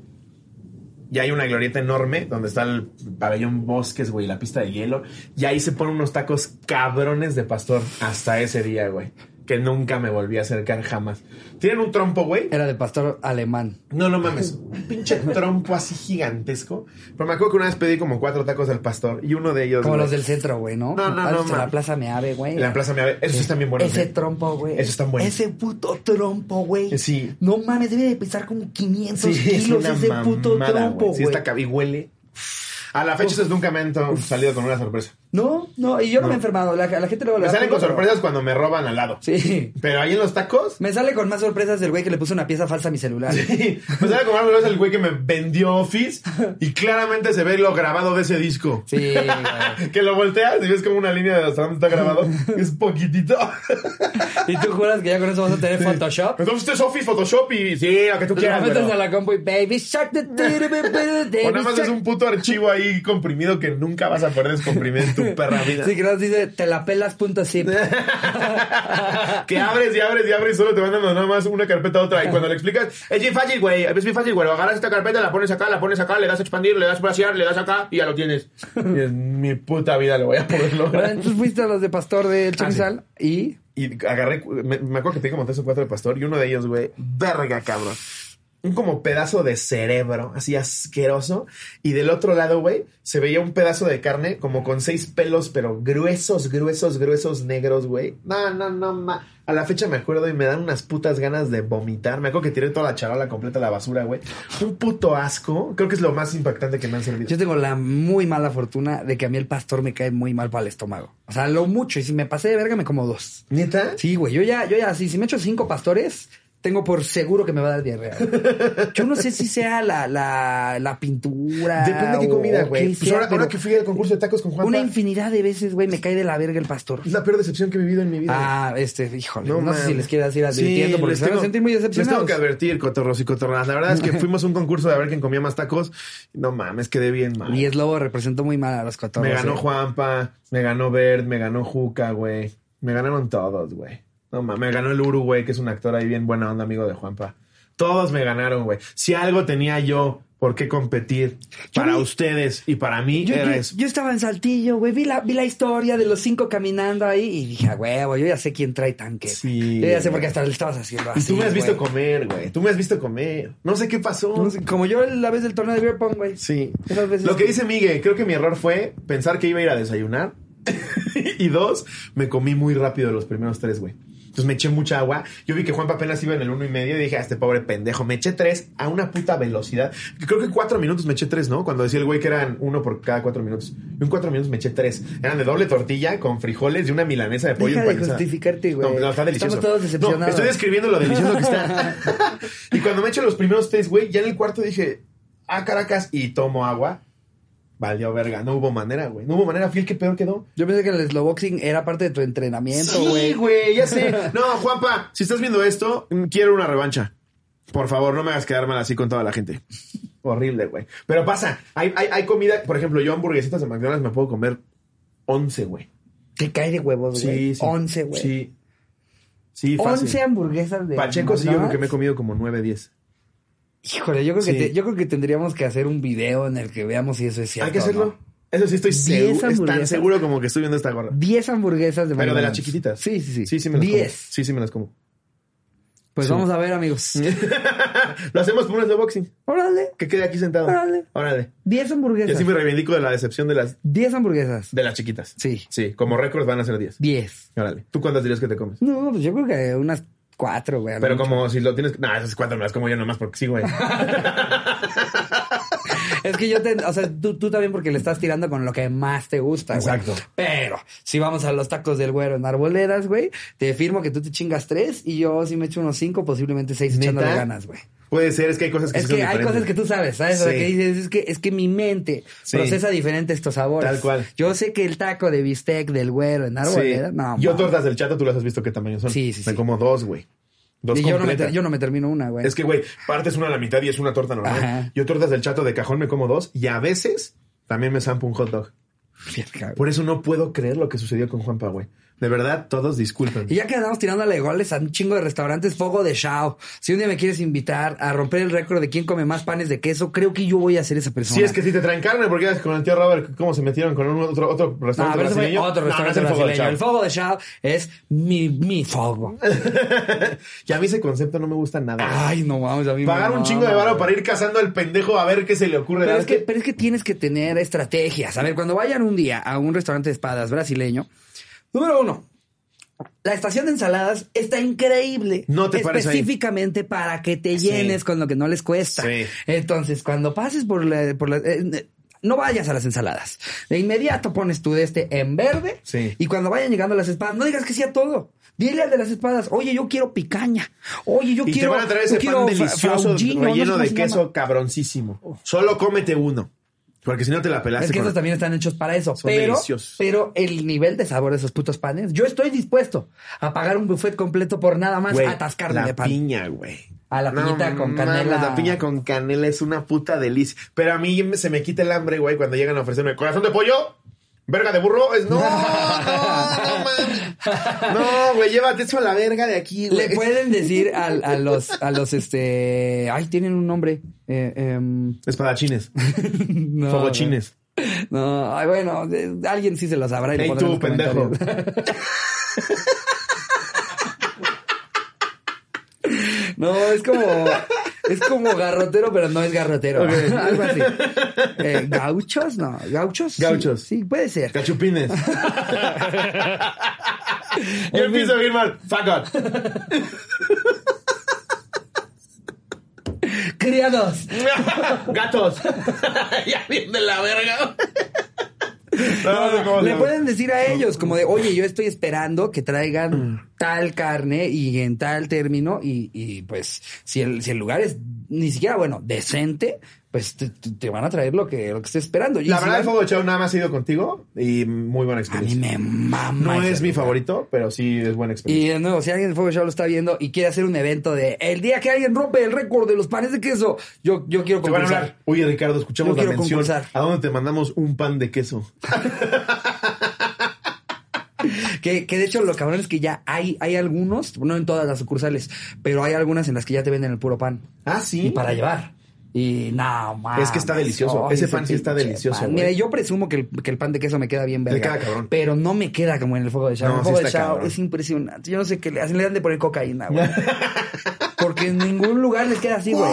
Y hay una glorieta enorme donde está el pabellón Bosques, güey, la pista de hielo. Y ahí se ponen unos tacos cabrones de pastor hasta ese día, güey. Que nunca me volví a acercar jamás. Tienen un trompo, güey. Era de pastor alemán. No, no mames. Un <laughs> pinche trompo así gigantesco. Pero me acuerdo que una vez pedí como cuatro tacos al pastor y uno de ellos. Como güey, los del centro, güey, ¿no? No, no, ¿Has no, visto man. la plaza me ave, güey. en La plaza me Esos están bien buenos. Ese eh. trompo, güey. Esos están buenos. Ese puto trompo, güey. Sí. No mames, debe de pesar como 500 Sí, es kilos una ese puto mamada, trompo, güey. güey. Sí, está cab- y huele. A la fecha, ustedes nunca me han to- salido con una sorpresa. No, no, y yo no, me he No. enfermado. La, la gente luego le Me da salen con culo, pero- sorpresas cuando me roban al lado. Sí. Pero ahí en los tacos. <laughs> Me sale con más sorpresas el güey que le puso una pieza falsa a mi celular. Me sale como es el güey que me vendió Office y claramente se ve lo grabado de ese disco. Sí, güey. Que lo volteas y ves como una línea de hasta dónde <laughs> está grabado. Es poquitito. Y tú juras que ya con eso vas a tener Photoshop. Entonces usted es Office, Photoshop y sí, lo que tú Te la quieras. metes pero- a la compu y baby shark the titty, baby, baby O nada más es shark. un puto archivo ahí comprimido que nunca vas a poder descomprimir <laughs> en tu perra vida. Sí, que nos dice te la pelas punto zip. Que abres y abres y abres y solo te mandan nada más una carpeta a otra. Y cuando le explicas, es bien fácil, güey. Es bien fácil, güey. Agarras esta carpeta, la pones acá, la pones acá, le das a expandir, le das a vaciar, le das acá y ya lo tienes. Y en mi puta vida lo voy a poder Bueno, lograr. entonces fuiste a los de Pastor Ah, del Chamizal y Y agarré, me, me acuerdo que pedí como tres o cuatro de pastor y uno de ellos, güey, verga, cabrón. Un como pedazo de cerebro, así asqueroso. Y del otro lado, güey, se veía un pedazo de carne como con seis pelos, pero gruesos, gruesos, gruesos negros, güey. No, no, no, ma. A la fecha me acuerdo y me dan unas putas ganas de vomitar. Me acuerdo que tiré toda la charola completa a la basura, güey. Un puto asco. Creo que es lo más impactante que me han servido. Yo tengo la muy mala fortuna de que a mí el pastor me cae muy mal para el estómago. O sea, lo mucho. Y si me pasé de verga, me como dos. ¿Neta? Sí, güey. Yo ya, yo ya, así, si me echo cinco pastores, tengo por seguro que me va a dar diarrea. güey. Yo no sé si sea la, la, la pintura. Depende de qué o comida, qué güey. Pues sea, ahora, ahora Ah, pero que fui al concurso de tacos con Juan, Una infinidad de veces, güey, me cae de la verga el pastor. es la peor decepción que he vivido en mi vida. Ah, este, híjole. No, No, sé man. si les quieras ir Sí, advirtiendo porque les se van a tengo- sentir muy Les tengo decepcionados. que advertir, cotorros y cotorras. La <laughs> verdad es que fuimos a un concurso de a ver quién comía más tacos. No mames, quedé bien mal. Y es lobo representó muy mal a los cotorros. me ganó eh. Juanpa, me ganó Bert, me ganó Juca, güey. Me ganaron todos, güey. No mames, me ganó el Uru, güey, que es un actor ahí bien buena onda, amigo de Juanpa. Todos me ganaron, güey. Si algo tenía yo por qué competir para vi- ustedes y para mí, Yo, era yo- eso. yo estaba en Saltillo, güey. Vi la, vi la historia de los cinco caminando ahí y dije, "A huevo, yo ya sé quién trae tanque. Sí, yo ya sé güey. por qué hasta le estabas haciendo Y así. tú me has güey. visto comer, güey. Tú me has visto comer. No sé qué pasó. No sé, Como yo la vez del torneo de beer pong, güey. Sí. Esas veces Lo que que- dice Miguel, creo que mi error fue pensar que iba a ir a desayunar. <laughs> y dos, me comí muy rápido los primeros tres, güey. Entonces me eché mucha agua. Yo vi que Juanpa apenas iba en el uno y medio y dije, a este pobre pendejo, me eché tres a una puta velocidad. Creo que en cuatro minutos me eché tres, ¿no? Cuando decía el güey que eran uno por cada cuatro minutos. Yo en cuatro minutos me eché tres. Eran de doble tortilla con frijoles y una milanesa de pollo Deja de empanizada. justificarte, güey. No, no, está delicioso. Estamos todos No, decepcionados. estoy describiendo lo delicioso <laughs> que está. y cuando me eché los primeros tres, güey, ya en el cuarto dije, ah, Caracas, y tomo agua. Valió verga, no hubo manera, güey. No hubo manera, fiel que peor quedó. Yo pensé que el slowboxing era parte de tu entrenamiento, güey. Sí, güey, <laughs> ya sé. No, Juanpa, si estás viendo esto, mm, quiero una revancha. Por favor, no me hagas quedar mal así con toda la gente. Horrible, güey. Pero pasa, hay, hay, hay comida, por ejemplo, yo hamburguesitas de McDonald's me puedo comer 11, güey. Te cae de huevos, güey. Once, güey. Sí. Sí, fácil. Once hamburguesas de. Pacheco sí, yo creo que me he McDonald's. comido como 9, 10. Híjole, yo creo, que Sí. te- yo creo que tendríamos que hacer un video en el que veamos si eso es cierto. Hay que hacerlo. ¿no? Eso sí estoy Diez seguro. Es tan hamburguesas. seguro como que estoy viendo esta gorra. 10 hamburguesas de Pero de las McDonald's. chiquititas. Sí, sí, sí. Sí, sí me las como. 10. Sí, sí me las como. <laughs> Pues Sí. vamos a ver, amigos. Lo hacemos por unas de boxing. Órale. Que quede aquí sentado. Órale. Órale. 10 Yo hamburguesas. sí me reivindico de la decepción de las, 10 hamburguesas. de las chiquitas. Sí. Sí, como récord van a ser 10. 10. Órale. ¿Tú cuántas dirías que te comes? No, pues yo creo que unas 4, güey. Pero como si lo tienes... No, esas cuatro me las como yo nomás porque <laughs> sí, güey. Es que yo te, o sea, tú, tú también porque le estás tirando con lo que más te gusta, güey. Exacto. Pero si vamos a los tacos del güero en arboleras, güey, te firmo que tú te chingas tres y yo si me echo unos cinco, posiblemente seis ¿Neta? echándole ganas, güey. Puede ser, es que hay cosas que Es sí que son hay diferentes. cosas que tú sabes, ¿sabes? O sea, Sí. que dices, es que, es que mi mente Sí. procesa diferente estos sabores. Tal cual. Yo sé que el taco de bistec del güero en Sí. arbolera, no. Yo mames. tortas del chato, tú las has visto qué tamaño son. Sí, sí, Me sí. como dos, güey. Dos Y yo no, me, completas. ter- yo no me termino una, güey. Es que, güey, partes una a la mitad y es una torta normal. Ajá. Yo tortas del chato de cajón me como dos y a veces también me zampo un hot dog. <laughs> Verga, güey. Por eso no puedo creer lo que sucedió con Juanpa, güey. De verdad, todos disculpen. Y ya que andamos tirándole goles a un chingo de restaurantes, Fogo de Chao. Si un día me quieres invitar a romper el récord de quién come más panes de queso, creo que yo voy a ser esa persona. Si es que si te traen carne, porque ya ves con el tío Robert cómo se metieron con un otro, otro No, restaurante Ah, pero eso fue brasileño. otro No, no es restaurante el Fogo de brasileño. El Chao. Fogo de Chao es mi, mi fogo. <laughs> Y a mí ese concepto no me gusta nada. güey. Ay, Ah, no vamos a mí me Pagar un mama, chingo de varo güey. para ir cazando al pendejo a ver qué se le ocurre. este Pero ¿verdad? es, que, pero es que tienes que tener estrategias. A ver, cuando vayan un día a un restaurante de espadas brasileño, número uno, la estación de ensaladas está increíble. No te pares ahí. Específicamente para que te llenes con lo que no les cuesta. Sí. Entonces, cuando pases por la... Por la- eh, no vayas a las ensaladas. De inmediato pones tu de este en verde. Sí. Y cuando vayan llegando las espadas, no digas que sea todo. Dile al de las espadas, oye, yo quiero picaña. Oye, yo y quiero. te van a traer yo ese quiero pan fra- delicioso fraullino, no sé relleno cómo de se llama". queso cabroncísimo. Solo cómete uno. Porque si no te la pelaste. Es que con- esos también están hechos para eso. Son pero, deliciosos. pero el nivel de sabor de esos putos panes, yo estoy dispuesto a pagar un buffet completo por nada más Güey, atascarme la de pan. piña, güey. A la piñita con mames, canela. la piña con canela es una puta delicia. Pero a mí me- se me quita el hambre, güey, cuando llegan a ofrecerme corazón de pollo, verga de burro. Es no, no, no mames. No, güey, llévate eso a la verga de aquí, Le güey. pueden decir al- a, los, a los, <laughs> este, ay, tienen un nombre. Eh, em, <laughs> Espadachines, no, fogochines. <laughs> No, ay, bueno, eh, alguien sí se lo sabrá. y lo Ey, pondrá en tú, los pendejo. comentarios. <laughs> No, es como. Es como garrotero, pero no es garrotero. <laughs> Algo así. Eh, ¿Gauchos? No. ¿Gauchos? Sí, Gauchos. Sí, puede ser. <laughs> Cachupines. Yo En fin. empiezo a ir mal. Fuck off. Criados. Gatos. ya bien de la verga. No, no, ¿cómo se Le llama? pueden decir a ellos, como de, oye, yo estoy esperando que Mm. traigan tal carne y en tal término. Y, y, pues, si el, si el lugar es ni siquiera, bueno, decente, pues te, te- te van a traer lo que, lo que estés esperando. Y La si verdad, van- el Fuego de Chao nada más he ido contigo y muy buena A mí experiencia. me mama. No ese es mi lugar. favorito, pero sí es buena Y experiencia. de nuevo, si alguien del Fuego Show lo está viendo y quiere hacer un evento de el día que alguien rompe el récord de los panes de queso, yo, yo quiero Te van a concursar. hablar. Oye, Ricardo, Yo escuchamos la quiero mención. concursar. ¿A dónde te mandamos un pan de queso? Que, que de hecho lo cabrón es que ya hay, hay algunos, no en todas las sucursales, pero hay algunas en las que ya te venden el puro pan. Ah, sí. Y para llevar. Y no, mames. Es que está delicioso. Ay, Ese pan sí está pinche delicioso, pan. güey. Mira, yo presumo que el, que el pan de queso me queda bien verga. queda cabrón. Pero no me queda como en el fuego de chavo. No, el sí fuego de está chavo cabrón. es impresionante. Yo no sé qué le hacen. Le dan de poner cocaína, <laughs> güey. Porque en ningún lugar les queda así, güey.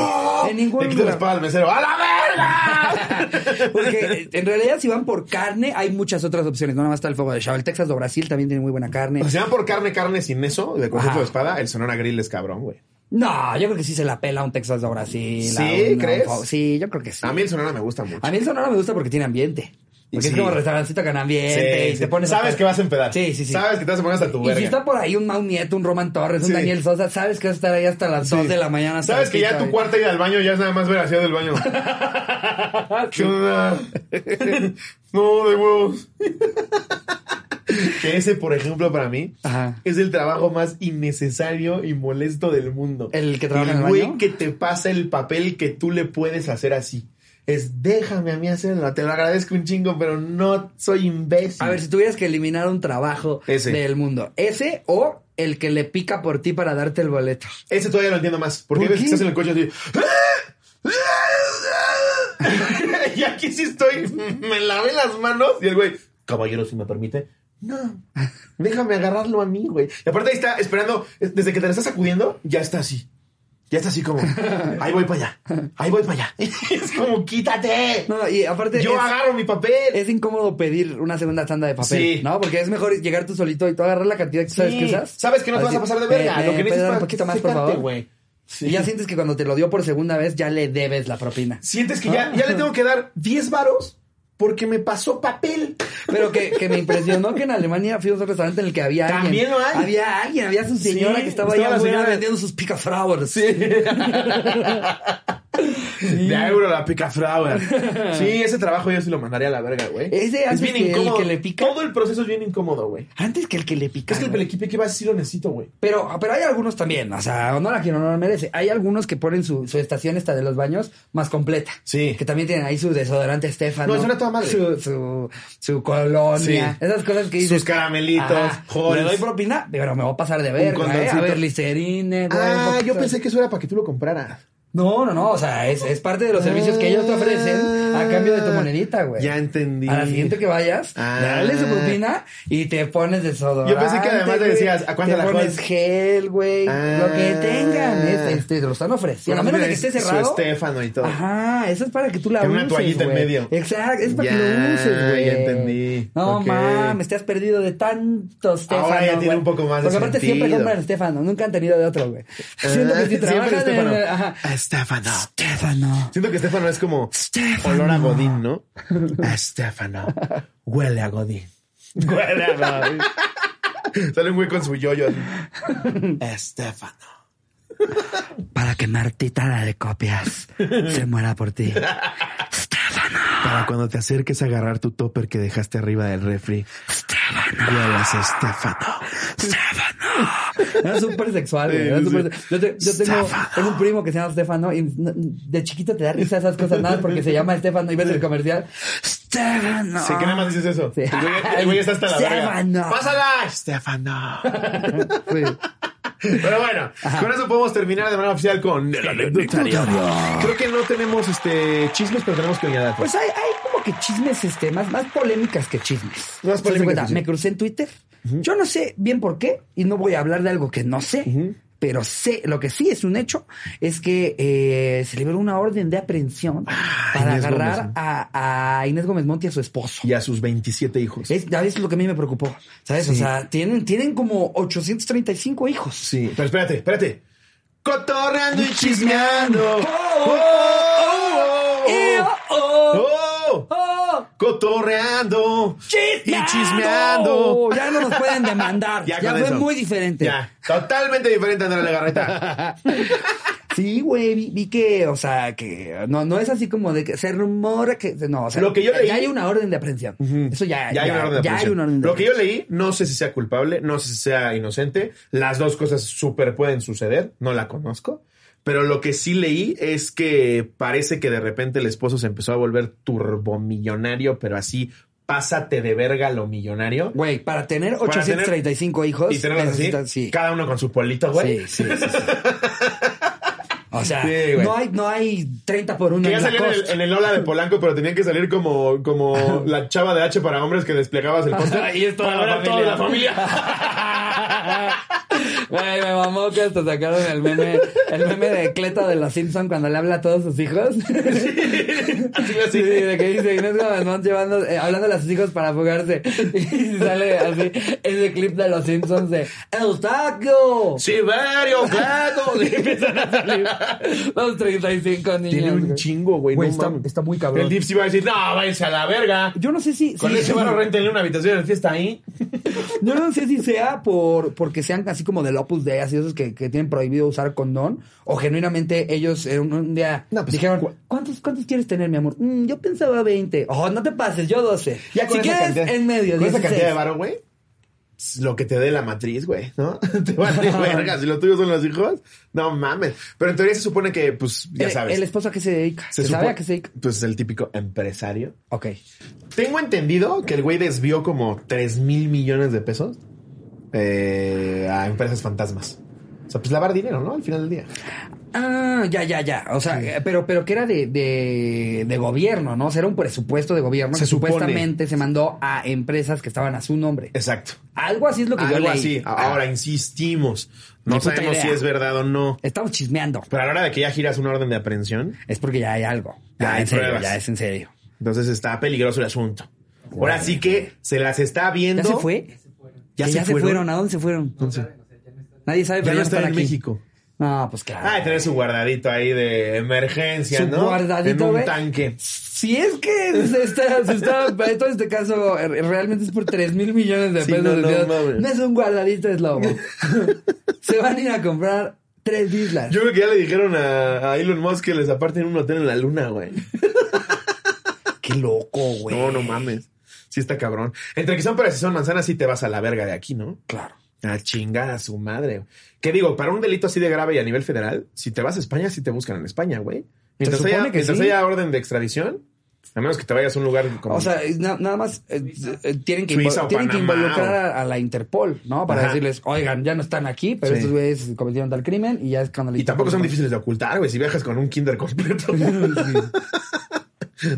En Le ningún quito la lugar. espada al mesero. ¡A la verga! <laughs> Porque eh, en realidad, si van por carne, hay muchas otras opciones. No nada más está el fuego de Chao. El Texas do Brasil también tiene muy buena carne. O sea, por carne, carne sin eso, de concepto Ajá. de espada, el Sonora Grill es cabrón, güey. No, yo creo que sí se la pela un Texas do Brasil. ¿Sí? a un- ¿Crees? a un- sí, yo creo que sí. A mí el Sonora me gusta mucho. A mí el Sonora me gusta porque tiene ambiente. Porque Sí. es como restaurancito con ambiente. Sí, y sí. te pones Sabes hasta- que vas a empedar. Sí, sí, sí. Sabes que te vas a poner hasta tu y si verga. está por ahí un Mau Nieto, un Roman Torres, un Sí. Daniel Sosa, sabes que vas a estar ahí hasta las 2 de la mañana. hasta Sabes las que ya cinco, tu cuarta ida al baño ya es nada más ver hacia del <laughs> baño. ¿Qué onda? <laughs> no, de huevos. <laughs> que ese, por ejemplo, para mí, Ajá. es el trabajo más innecesario y molesto del mundo. ¿El que trabaja en el güey baño? que te pasa el papel que tú le puedes hacer así. Es déjame a mí hacerlo. Te lo agradezco un chingo, pero no soy imbécil. A ver, si tuvieras que eliminar un trabajo Ese. del mundo, ese o el que le pica por ti para darte el boleto. Ese todavía lo entiendo más. Porque ¿Por ves qué? que estás en el coche así. <laughs> y aquí sí estoy, me lavé las manos y el güey, caballero, si me permite. No, déjame agarrarlo a mí, güey. Y aparte ahí está esperando, es- desde que te la estás sacudiendo, ya está así. Ya está así como, ahí voy para allá, ahí voy para allá. <laughs> es como, quítate. No, no, y aparte. Yo es- agarro mi papel. es incómodo pedir una segunda tanda de papel, Sí. ¿no? Porque es mejor llegar tú solito y tú agarrar la cantidad que tú sabes Sí. que usas. Sabes que no te Así, vas a pasar de me- me verga. Lo que puedes necesitas dar para un poquito más, por secarte, favor. güey. Sí. Y ya sientes que cuando te lo dio por segunda vez ya le debes la propina. Sientes que Ah. ya, ya le tengo que dar 10 varos porque me pasó papel. Pero que, que me impresionó que en Alemania fui a un restaurante en el que había alguien. También lo hay. Había alguien, había su señora Sí, que estaba estaba allá la afuera señora. vendiendo sus picaflowers. <laughs> De a euro la pica flower. Sí, ese trabajo yo sí lo mandaría a la verga, güey. Ese antes bien que el incómodo. que le pica. Todo el proceso es bien incómodo, güey. Antes que el que le pica. Es que el güey. pelequipe que va a decir lo necesito, güey. Pero, pero hay algunos también, o sea, no la que no la merece. Hay algunos que ponen su, su estación esta de los baños más completa. Sí. Que también tienen ahí su desodorante Estefano. No, eso era toda madre. Su, su, su colonia. Sí. Esas cosas que dices. Sus caramelitos, ajá, Halls. Le doy propina, pero me voy a pasar de verga, ¿eh? A condoncito. ver, listerine, güey, un Ah, poquito yo de- pensé que eso era para que tú lo compraras. No, no, no, o sea, es, es parte de los servicios que ellos te ofrecen a cambio de tu monedita, güey. Ah, Ya entendí. A la siguiente que vayas, Ah. dale su propina y te pones desodorante. Yo pensé que además le güey, decías, ¿a cuánto te la pones Halls? gel, güey, Ah. Pues lo que tengan, este, este, te lo están ofreciendo. A menos de que esté Su cerrado. Estéfano y todo. Ajá, eso es para que tú la Con uses. una toallita en güey. medio. Exacto, es para que Ya, lo uses, güey. ya entendí. No Ok. mames, te has perdido de tantos Stefano. Ahora ya tiene güey. un poco más de Porque aparte siempre sentido. Ah, compran Stefano, nunca han tenido de otro, güey. Siento que si Siempre trabajan Estéfano. en. Ajá. Estéfano. Stefano. Siento que Estéfano es como Stefano. olor a Godín, ¿no? Estéfano. Huele a Godín. Huele a Godín. Sale un güey con su yoyo. así. Estéfano. Para que Martita la de <laughs> copias se muera por ti. Stefano. Para cuando te acerques a agarrar tu topper que dejaste arriba del refri, Stefano. huelas a Estéfano. Stefano. Era súper sexual, güey. Sí, era sí. súper- Yo, te- yo tengo, Stefano. tengo un primo que se llama Stefano y no- de chiquito te da risa esas cosas, nada, más porque se llama Stefano y ves el comercial. Stefano. Sí, que nada más dices eso. Sí. El güey, el güey está hasta la Estéfano. verga. ¡Pásala! Estéfano. <laughs> Sí. Pero bueno, con eso podemos terminar de manera oficial con el anecdotario. Creo que no tenemos este chismes, pero tenemos coñadatos. Pues hay, hay como que chismes, este, más, más polémicas que chismes. Más ¿Te das polémicas cuenta? que chismes. Me crucé en Twitter. Yo no sé bien por qué y no voy a hablar de algo que no sé. Pero sé, lo que sí es un hecho es que eh, se liberó una orden de aprehensión para Ah, Inés agarrar Gómez, ¿no? a, a Inés Gómez Monti y a su esposo. y a sus 27 hijos. Es, ya ves lo que a mí me preocupó, ¿sabes? O Sí. sea, tienen, tienen como 835 hijos. Sí, pero espérate, espérate. Cotorreando y chismeando. Oh, Oh, oh, oh, Eh, oh. oh, Oh, oh. Cotorreando ¡Chismeando! y chismeando. Ya no nos pueden <laughs> demandar. ya con fue eso. muy diferente. Ya, totalmente diferente Andrea Legarreta. Sí, güey, vi, vi que, o sea, que no, no es así como de que se rumora que. No, o sea, Lo que yo ya leí- hay una orden de aprehensión. Eso ya, Mm. Ya hay una orden de ya hay aprehensión. una orden de Lo que yo leí, no sé si sea culpable, no sé si sea inocente. Las dos cosas súper pueden suceder, no la conozco. Pero lo que sí leí es que parece que de repente el esposo se empezó a volver turbomillonario, pero así, pásate de verga lo millonario. Güey, para tener Para 835 hijos. Y tenerlos así, necesitas- sí. cada uno con su polito, güey. Sí, sí, sí, sí. <laughs> O sea, Sí, güey. no, hay, no hay 30 por 1 Que en ya la salían en el, costa. en el Ola de Polanco, pero tenían que salir <laughs> como, como la chava de H para hombres que desplegabas el póster. Y es toda para la ver a toda la familia. familia. Güey, me mamó que hasta sacaron el meme, el meme de Cleta de los Simpson cuando le habla a todos sus hijos. <laughs> Así, Sí, así. de que dice Inés Gómez Mont llevando, eh, hablándole a sus hijos para fugarse. Y sale así ese clip de los Simpsons de ¡El taco! Sí, varios <laughs> gatos. Los 35 niños. Tiene un güey. chingo, güey. Güey, no está, mames. está muy El cabrón. Dips iba a decir, no, váyanse a la verga. Yo no sé si... Con si- ese barro rentenle una habitación de fiesta ahí. Yo no sé si sea por porque sean así como del Opus Dei, así esos que, que tienen prohibido usar condón, o genuinamente ellos eh, un, un día No, pues, dijeron, cu- ¿cuántos, ¿cuántos quieres tener, mi amor? "Mm, yo pensaba 20. Oh, no te pases, yo 12. si esa quieres, cantidad- en medio, Con esa 16". cantidad de barro, güey. Lo que te dé la matriz, güey, ¿no? <laughs> Te vale <laughs> verga. Si lo tuyo son los hijos, no mames. Pero en teoría se supone que, pues, ya Eh, sabes. ¿El esposo a qué se dedica? ¿Se, sabe supo- a qué se dedica? Pues el típico empresario. Ok. Tengo entendido que el güey desvió como 3 mil millones de pesos eh, a empresas fantasmas. O sea, pues lavar dinero, ¿no? Al final del día. Ah, ya, ya, ya. O sea, eh, pero, pero que era de, de, de gobierno, ¿no? O sea, era un presupuesto de gobierno Se que supone. supuestamente se mandó a empresas que estaban a su nombre. Exacto. Algo así es lo que yo Algo leí. Ah. así. Ahora insistimos. Ni No puta sabemos idea. si es verdad o no. Ah, Estamos chismeando. Pero a la hora de que ya giras una orden de aprehensión, Es porque ya hay algo. Ya, Ya hay en serio, pruebas. ya es en serio. entonces está peligroso el asunto. Ahora sí que se las está viendo. ¿Ya se fue? ¿Ya Que se fueron? ¿A dónde se fueron? Nadie sabe, Ya pero no ya están están en aquí. México. No, pues claro. Ah, y tener su guardadito ahí de emergencia, Su ¿no? guardadito, En un güey. tanque. Si es que se está, se está, en todo este caso, eh, realmente es por 3 mil millones de Sí, pesos. no, no Dios. mames. No es un guardadito, es <laughs> lobo. se van a ir a comprar tres islas. Yo creo que ya le dijeron a, a Elon Musk que les aparten un hotel en la luna, güey. Qué loco, güey. No, no mames. Sí está cabrón. Entre que son peras y son manzanas, sí te vas a la verga de aquí, ¿no? Claro. A chingar a su madre. ¿Qué digo? Para un delito así de grave y a nivel federal, si te vas a España, sí te buscan en España, güey. Mientras, supone haya, que mientras sí. haya orden de extradición, a menos que te vayas a un lugar como... O sea, es na- nada más eh, eh, tienen que, Suiza invo- o tienen que Panamá, involucrar o- a, a la Interpol, ¿no? Para Ajá. decirles, oigan, ya no están aquí, pero Sí. estos güeyes cometieron tal crimen y ya es cuando la y tampoco Interpol- son difíciles de ocultar, güey, si viajas con un <laughs> kinder completo.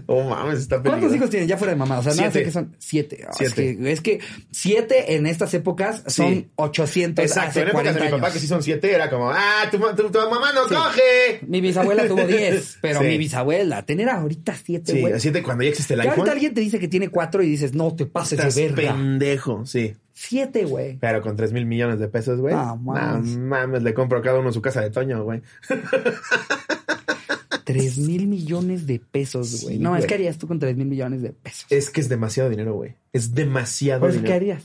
oh, mames, está peligroso. ¿Cuántos hijos tienen? Ya fuera de mamá. O sea, nada, Siete. sé que son siete. Oh, es Siete. que- Es, que, siete en estas épocas son Sí. 800 Exacto, hace en épocas de 40 mi papá, años. que sí son siete, era como, ah, tu, ma- tu- tu mamá no coge. Mi bisabuela tuvo <laughs> 10, pero Sí. mi bisabuela, tener ahorita 7, Sí, güey. siete cuando ya existe el Que ahorita iPhone. alguien te dice que tiene 4 y dices, no te pases Estás de verga. pendejo, sí. 7, güey. Pero con 3 mil millones de pesos, güey. Ah, No mames. mames. le compro a cada uno su casa de Toño, güey. 3 mil millones de pesos, güey. Sí, no, es güey. Eh, que harías tú con 3 mil millones de pesos. Es que es demasiado dinero, güey. Es demasiado Pues, ¿Qué dinero. harías?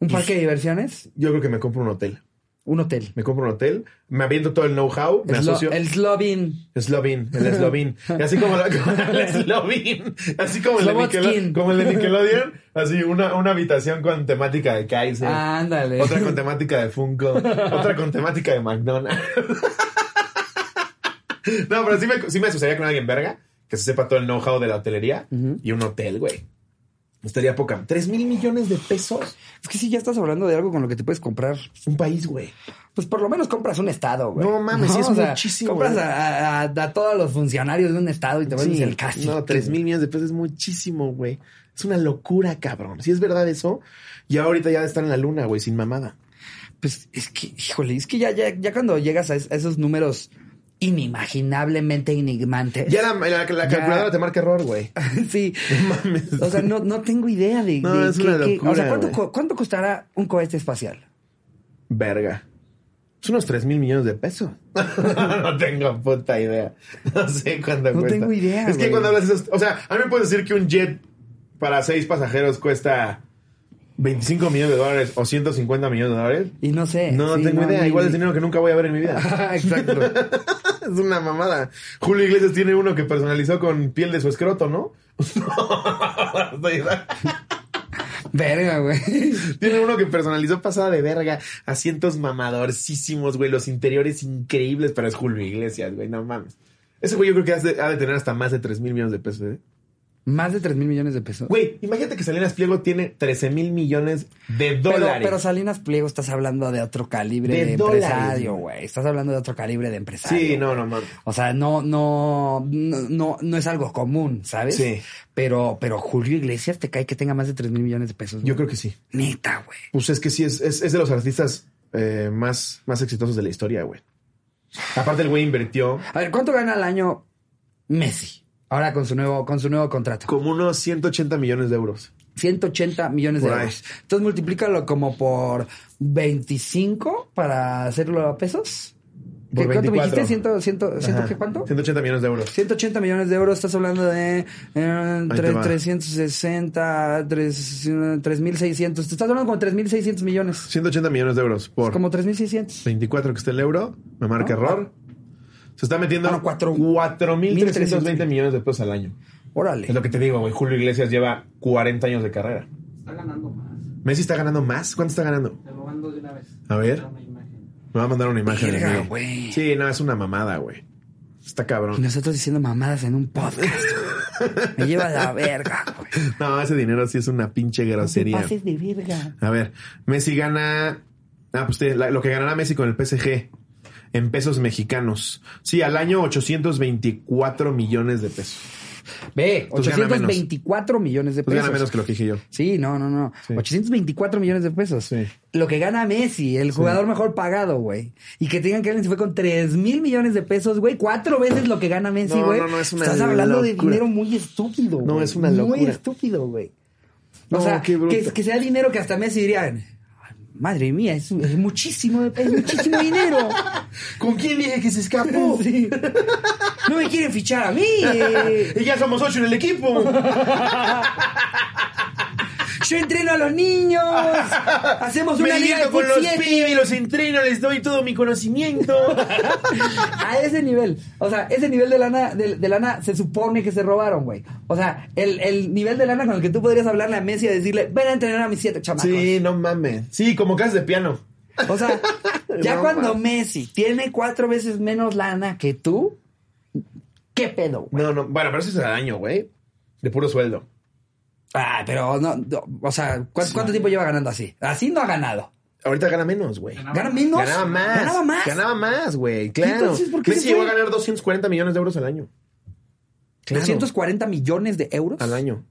¿Un parque de diversiones? Yo creo que me compro un hotel. Un hotel. Me compro un hotel, me aviento todo el know-how, me Slo- asocio. el Slovin. Slovin, <laughs> el Slovin. Y así como, la- <laughs> como el Slovin. Así como el, de Slobotkin. Nickelode- como el de Nickelodeon. Así una, una habitación con temática de Kaiser. Ah, Ándale. Otra con temática de Funko. otra con temática de McDonald's. <laughs> no, pero sí me, sí me asociaría con alguien verga que se sepa todo el know-how de la hotelería y un hotel, güey. Estaría poca. Tres mil millones de pesos. <laughs> Es que si ya estás hablando de algo con lo que te puedes comprar Un país, güey. Pues por lo menos compras un estado, güey. No mames, sí es muchísimo, Compras güey. a, a- a todos los funcionarios de un estado y te vuelves el caso. No, tres mil millones de pesos es muchísimo, güey. Es una locura, cabrón. Si es verdad eso, ya ahorita ya están en la luna, güey, sin mamada. Pues es que, híjole, es que ya, ya, ya cuando llegas a, es- a esos números inimaginablemente enigmantes. Ya la, la- la calculadora te marca error, güey. <laughs> sí. No mames. O sea, no, no tengo idea de. No, de es una O sea, locura, ¿cuánto, güey. co- cuánto costará un cohete espacial? Verga. Es unos 3 mil millones de pesos. <laughs> no tengo puta idea. No sé cuánto No cuesta. tengo idea, Es que güey. cuando hablas esos. O sea, a mí me puedes decir que un jet para 6 pasajeros cuesta 25 millones de dólares o 150 millones de dólares. Y no sé. Eh, No sí, tengo idea. ni- Igual es dinero que nunca voy a ver en mi <laughs> vida. <laughs> Exacto. es una mamada. Julio Iglesias tiene uno que personalizó con piel de su escroto, ¿no? <laughs> Verga, güey. <laughs> Tiene uno que personalizó pasada de verga, asientos mamadorcísimos, güey, los interiores increíbles, pero es Julio Iglesias, güey, no mames. Ese güey yo creo que has de- ha de tener hasta más de 3 mil millones de pesos, ¿eh? Más de 3 mil millones de pesos. Güey, imagínate que Salinas Pliego tiene 13 mil millones de Pero, dólares. pero Salinas Pliego estás hablando de otro calibre de, De dólares, empresario, güey. güey. Estás hablando de otro calibre de empresario. sí, no, no mames. O sea, no, no, no, no, no es algo común, ¿sabes? Sí. Pero, pero Julio Iglesias te cae que tenga más de 3 mil millones de pesos. Yo creo que sí. que... Neta, güey. Pues es que sí, es, es, es de los artistas eh, más, más exitosos de la historia, güey. Aparte, el güey invirtió A ver, ¿cuánto gana al año Messi? Ahora con su nuevo, con su nuevo contrato. como unos 180 millones de euros. 180 millones de Por ahí. euros. Entonces multiplícalo como por 25 para hacerlo a pesos. Por ¿Qué- ¿Cuánto me 24. dijiste? ¿Ciento, ciento, ciento Ajá. qué cuánto? 180 millones de euros. 180 millones de euros, estás hablando de eh, te tre- va. 360, tres- eh, 3600. Te estás hablando como 3600 millones. 180 millones de euros por... Como 3600. 24 que está el euro, me marca No, error. Se está metiendo Ah, no, cuatro- 4.320 1.320 millones de pesos al año. Órale. Es lo que te digo, güey. Julio Iglesias lleva 40 años de carrera. Está ganando más. Messi está ganando más. ¿Cuánto está ganando? Te lo mando de una vez. A ver. Una imagen. Me va a mandar una imagen. Verga, amigo. güey. Sí, no, es una mamada, güey. Está Y cabrón. nosotros diciendo mamadas en un <laughs> podcast. güey. Me lleva la verga, güey. No No, ese dinero sí es una pinche te grosería. pases de verga. A ver, Messi gana Ah, pues te- la- lo que ganará Messi con el PSG en pesos mexicanos. Sí, al año 824 millones de pesos. Ve, Pues gana menos. 824 millones de Pues pesos. gana menos que lo que dije yo. Sí, no, no, no. Sí. 824 millones de pesos. Sí. Lo que gana Messi, el jugador mejor pagado, güey. Y que tengan que alguien se fue con 3 mil millones de pesos, güey. Cuatro veces lo que gana Messi, No, güey. no, no, es una Estás hablando de locura. dinero muy estúpido. No, güey. es una Muy locura. estúpido, güey. O No, sea, qué bruto. que, que sea dinero que hasta Messi diría, "Ay, madre mía, es, es muchísimo, es muchísimo dinero. ¿Con quién dije que se escapó? <laughs> Sí. No me quieren fichar a mí. Y ya somos ocho en el equipo. Yo entreno a los <laughs> niños. Hacemos una Me liga de divierto con los fut siete. pibes, los entreno, les doy todo <laughs> mi conocimiento. A ese nivel. O sea, ese nivel de lana, de, de lana se supone que se robaron, güey. O sea, el, el nivel de lana con el que tú podrías hablarle a Messi y decirle, ven a entrenar a mis siete chamacos. Sí, no mames. Sí, como casas de piano. O <laughs> sea, ya No cuando mames. Messi tiene cuatro veces menos lana que tú, ¿qué pedo, güey? No, no. Bueno, pero eso es al año, güey. De puro sueldo. Ah, pero no, no, o sea, ¿cu- ¿cuánto tiempo lleva ganando así? Así no ha ganado. Ahorita gana menos, güey. ¿Gana menos? Ganaba más. ¿Ganaba más? Ganaba más, güey. Claro. Entonces, ¿por qué Messi se fue? llegó a ganar 240 millones de euros al año. Claro. 240 millones de euros. Al año.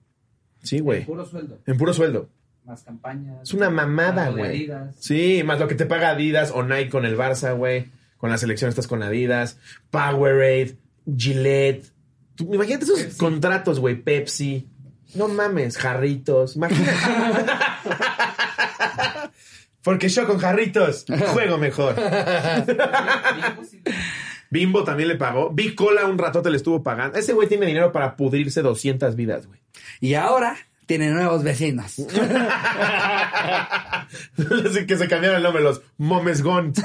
Sí, güey. Puro sueldo. En puro sueldo. Más campañas. Es una mamada, Algo de güey. Adidas. Sí, más lo que te paga Adidas o Nike con el Barça, güey. Con la selección estás con Adidas, Powerade, Gillette. Tú- imagínate esos contratos, güey. Pepsi. No mames, jarritos. Imagínate. <laughs> Porque yo con <laughs> jarritos juego mejor. Bimbo también le pagó. Big Cola un ratote le estuvo pagando. Ese güey tiene dinero para pudrirse 200 vidas, güey. <laughs> Y ahora tiene nuevos vecinos. Así que se cambiaron el nombre, los Momes Gont.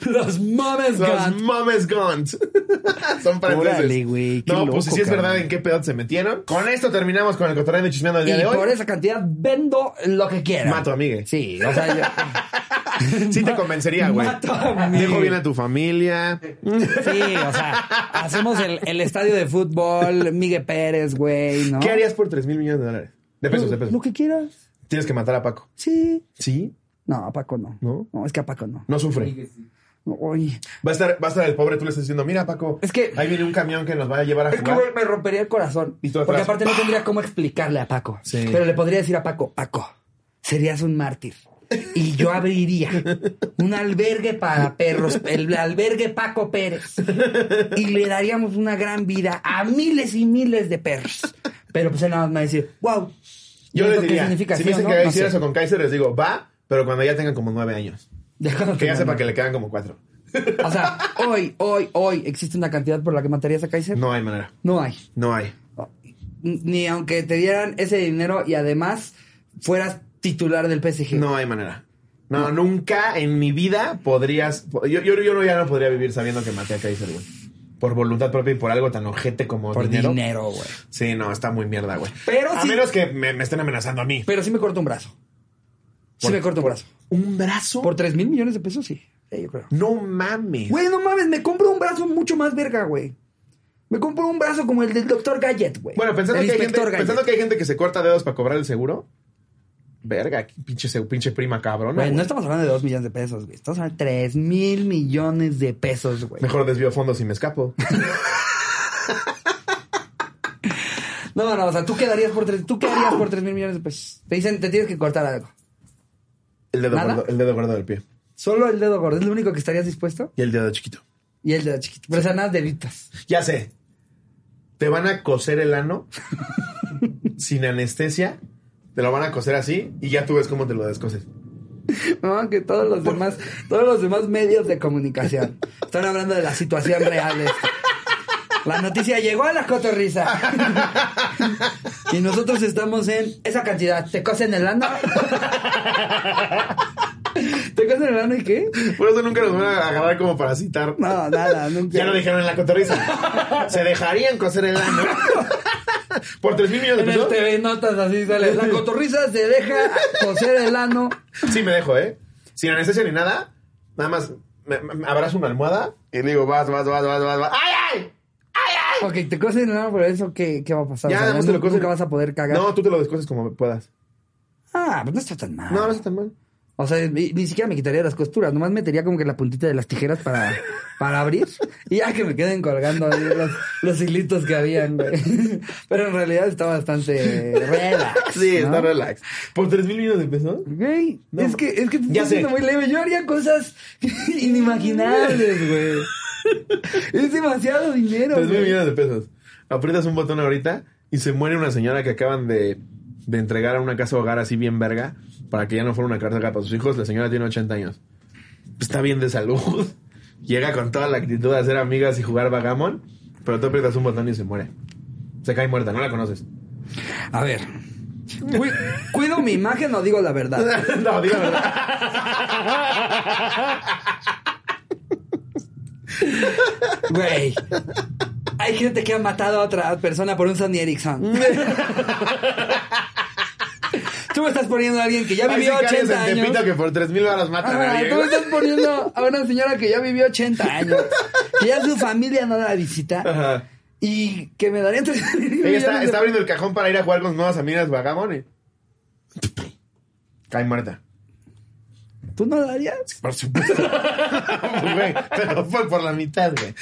Los mames, Los Momes Gont. <laughs> Son franceses. Órale, güey, qué No, loco, pues si sí es cabrón. verdad en qué pedo se metieron. Con esto terminamos con el cotorreo de chismeando del día Y de hoy. por esa cantidad vendo lo que quiera. Mato a Migue. Sí, o sea, <laughs> yo- <laughs> Sí te convencería, güey. Mato a Migue. Dejo bien a tu familia. sí, o sea, hacemos el, el estadio de fútbol, Miguel Pérez, güey, ¿no? ¿Qué harías por 3 mil millones de dólares? De pesos, de Lo, pesos. lo que quieras. Tienes que matar a Paco. Sí. ¿Sí? No, a Paco no. ¿No? es que a Paco no. No sufre. Oye, Va a estar, va a estar el pobre, tú le estás diciendo, mira, Paco, Es que- ahí viene un camión que nos va a llevar a es que jugar. güey, me rompería el corazón. Y tú atrás, Porque aparte no ¡pah! tendría cómo explicarle a Paco. Sí. Pero le podría decir a Paco, Paco, serías un mártir. Y yo abriría un albergue para perros, el albergue Paco Pérez. Y le daríamos una gran vida a miles y miles de perros. Pero pues él nada más me va a decir, wow. Yo ¿y les eso qué diría, si me significa? dicen ¿Sí o no? que No hiciera sé. <laughs> eso con Kaiser, les digo, va, pero cuando ya tengan como nueve años. <laughs> Déjalo Que ya terminar. sepa que le quedan como cuatro. O sea, hoy, hoy, hoy, ¿existe una cantidad por la que matarías a Kaiser? No hay manera. No hay. No hay. Ni aunque te dieran ese dinero y además fueras titular del PSG. No hay manera. No, nunca en mi vida podrías. po- Yo, yo, yo no, ya no podría vivir sabiendo que maté a Kaiser, güey. Por voluntad propia y por algo tan ojete como por dinero. dinero, güey. Sí, no, está muy mierda, güey. Pero a sí- menos que me, me estén amenazando a mí. Pero sí me corto un brazo. Sí Por- me corto un brazo. ¿Un brazo? Por 3 mil millones de pesos, sí. Sí, yo creo. No mames. Güey, no mames, me compro un brazo mucho más verga, güey. Me compro un brazo como el del Dr. Gallet, güey. Bueno, pensando El que, hay gente, inspector Gadget. pensando que hay gente que se corta dedos para cobrar el seguro. Verga, qué pinche, se- pinche prima cabrona. Güey, no güey. estamos hablando de 2 millones de pesos, güey. Estamos hablando de 3 mil millones de pesos, güey. Mejor desvío fondos y me escapo. No, no, o sea, tú quedarías por tres, tú quedarías por tres mil millones de pesos. Te dicen, te tienes que cortar algo. El dedo, ¿Nada? gordo, el dedo gordo del pie. Solo el dedo gordo es lo único que estarías dispuesto. Y el dedo chiquito. Y el dedo chiquito. Pero o sea, nada deditas. Ya sé. Te van a coser el ano <laughs> sin anestesia. Te lo van a coser así y ya tú ves cómo te lo descoses. No, que todos los demás, todos los demás medios de comunicación están hablando de la situación real. de esto. La noticia llegó a la <laughs> cotorriza. Y nosotros estamos en esa cantidad. Te cosen el ano. ¿Te cosen el ano y qué? Por eso nunca nos van a agarrar como para citar. No, nada, nunca. Ya lo dijeron en <laughs> la cotorriza. Se dejarían coser el ano. Por tres mil millones En de el pesos. TV notas así sale. La cotorriza se deja coser el ano. Sí, me dejo, ¿eh? Sin anestesia ni nada. Nada más me, me- me abrazo una almohada y le digo, vas, vas, vas, vas, vas, vas. ¡Ay, ay! Ok, te cosen el ano, pero eso, ¿qué, qué va a pasar? O Ya, sea, nada más te nu- lo coses. Nunca vas a poder cagar. No, tú te lo descoses como puedas. Ah, pues no está tan mal. No, no está tan mal. O sea, ni, ni siquiera me quitaría las costuras, nomás metería como que la puntita de las tijeras para, para abrir y ya que me queden colgando ahí los, los hilitos que habían, güey. <laughs> Pero en realidad está bastante relax. Sí, ¿no? está relax. ¿Por 3 mil millones de pesos? Güey, No. es que, es que te Ya estás sé. haciendo muy leve. Yo haría cosas <laughs> inimaginables, güey. Es demasiado dinero, 3 mil güey. millones de pesos. Aprietas un botón ahorita y se muere una señora que acaban de, de entregar a una casa hogar así bien verga para que ya no fuera una carga para sus hijos. La señora tiene 80 años. Está bien de salud. <laughs> Llega con toda la actitud de hacer amigas y jugar vagamon, pero tú aprietas un botón y se muere. Se cae muerta, no la conoces. A ver. Cu- ¿Cuido mi imagen o digo la verdad? <laughs> <laughs> no, digo la verdad. Güey. Hay gente que ha matado a otra persona por un Sony <laughs> Ericsson. Tú me estás poniendo a alguien que ya Hay vivió sicarios 80 en Tepito años. que por 3 mil balas matan a Ah, nadie. tú me estás poniendo a una señora que ya vivió 80 años. Que ya su familia no la visita. <laughs> Ajá. Y que me darían tres mil Ella está, millones de está abriendo el cajón para ir a jugar con sus nuevas amigas vagamon y... Cae muerta. ¿Tú no darías? Por supuesto. <laughs> Güey, pero fue por la mitad, güey.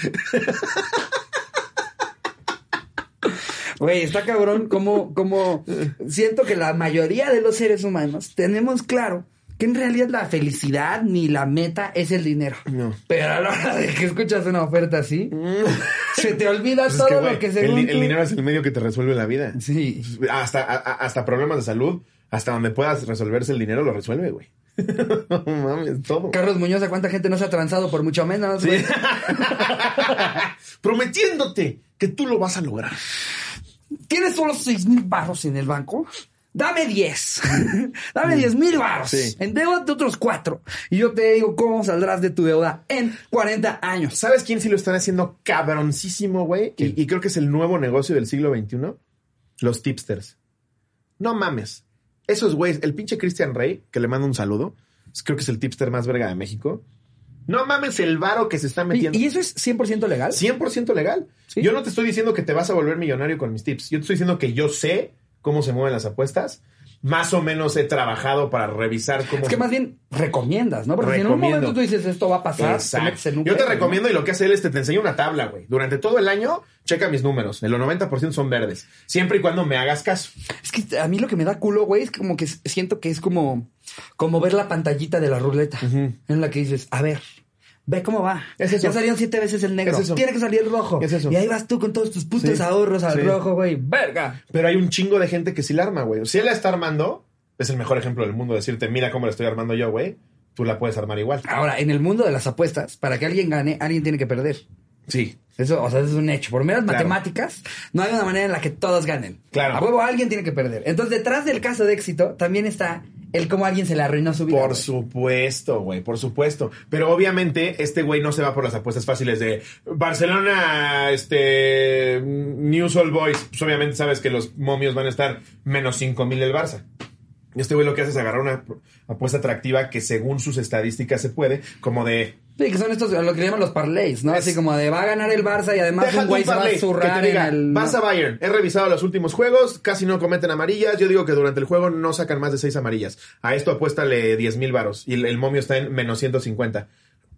Güey, está cabrón como, <laughs> como siento que la mayoría de los seres humanos tenemos claro que en realidad la felicidad ni la meta es el dinero. No. Pero a la hora de que escuchas una oferta así, se te olvida Pues Mm. es todo que, lo güey, que el según di- el, tú- dinero es el medio que te resuelve la vida. Sí. Hasta, a- a- hasta problemas de salud, hasta donde puedas resolverse el dinero, lo resuelve, güey. <laughs> No mames, todo. Carlos Muñoz, ¿a cuánta gente no se ha transado por mucho menos? Sí. güey? <laughs> Prometiéndote que tú lo vas a lograr. ¿Tienes solo seis mil barros en el banco? Dame <laughs> 10. Dame 10 mil barros. Mm. Sí. Endeudate otros cuatro. Y yo te digo cómo saldrás de tu deuda en 40 años. ¿Sabes quién sí lo están haciendo cabroncísimo, güey? Y, y creo que es el nuevo negocio del siglo XXI. Los tipsters. No mames. Esos güeyes, el pinche Christian Rey, que le mando un saludo, es- creo que es el tipster más verga de México. No mames el varo que se está metiendo. ¿Y, y eso es 100% legal? 100% legal. Sí. Yo no te estoy diciendo que te vas a volver millonario con mis tips. Yo te estoy diciendo que yo sé cómo se mueven las apuestas. Más o menos he trabajado para revisar cómo... Es que se- más bien recomiendas, ¿no? Porque si en un Recomiendo. momento tú dices esto va a pasar, te Exacto. metes en un Yo te pedo, ¿no? recomiendo y lo que hace él es te, te enseña una tabla, güey. Durante todo el año, checa mis números. El 90% son verdes. Siempre y cuando me hagas caso. Es que a mí lo que me da culo, güey, es como que s- siento que es como, como ver la pantallita de la ruleta en la que dices, a ver. Ve cómo va. Es eso. Ya salieron siete veces el negro. Es eso. Tiene que salir el rojo. Es eso. Y ahí vas tú con todos tus putos Sí. ahorros al Sí. rojo, güey. ¡Verga! Pero hay un chingo de gente que sí la arma, güey. Si él la está armando, es el mejor ejemplo del mundo. Decirte, mira cómo la estoy armando yo, güey. Tú la puedes armar igual. Ahora, en el mundo de las apuestas, para que alguien gane, alguien tiene que perder. Sí. Eso, o sea, eso es un hecho. Por meras Claro. matemáticas, no hay una manera en la que todos ganen. Claro. A huevo alguien tiene que perder. Entonces, detrás del caso de éxito también está el cómo alguien se le arruinó su vida. Por güey. supuesto, güey, por supuesto. Pero obviamente este güey no se va por las apuestas fáciles de Barcelona, este, News All Boys. Pues obviamente sabes que los momios van a estar menos 5 mil del Barça. Y Este güey lo que hace es agarrar una apuesta atractiva que según sus estadísticas se puede, como de... Sí, que son estos, lo que llaman los parlays, ¿no? Es- Así como de va a ganar el Barça y además Deja un güey tu se va a parlay, que zurrar te diga, en el... Barça Bayern, he revisado los últimos juegos, casi no cometen amarillas. Yo digo que durante el juego no sacan más de seis amarillas. A esto apuéstale 10 mil varos y el, el momio está en menos 150.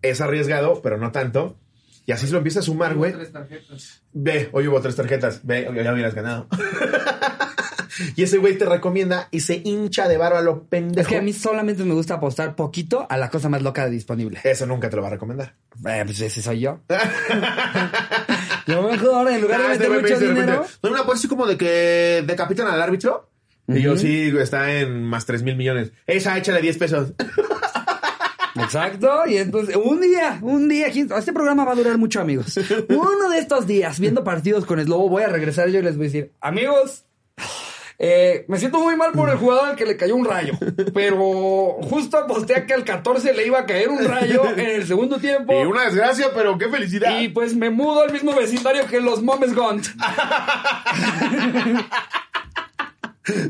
Es arriesgado, pero no tanto. Y así se lo empieza a sumar, güey. Tres tarjetas. Ve, hoy hubo tres tarjetas. Ve, ya hubieras ganado. <laughs> y ese güey te recomienda y se hincha de varo a lo pendejo. Es que a mí solamente me gusta apostar poquito a la cosa más loca disponible. Eso nunca te lo va a recomendar. Eh, pues ese soy <laughs> yo. lo mejor, en lugar de Ah, este meter mucho güey me dice de repente, dinero... ¿No hay una apuesta así como de que decapitan al árbitro? Y yo, sí, está en más 3 mil millones. Esa, échale <laughs> 10 pesos. Exacto, y entonces un día, un día, ¿quién- este programa va a durar mucho, amigos. Uno de estos días, viendo partidos con el Lobo, voy a regresar yo y les voy a decir, amigos, eh, me siento muy mal por el jugador al que le cayó un rayo, pero justo aposté a que al 14 le iba a caer un rayo en el segundo tiempo. Y una desgracia, pero qué felicidad. Y pues me mudo al mismo vecindario que los Momes Gont. Ah,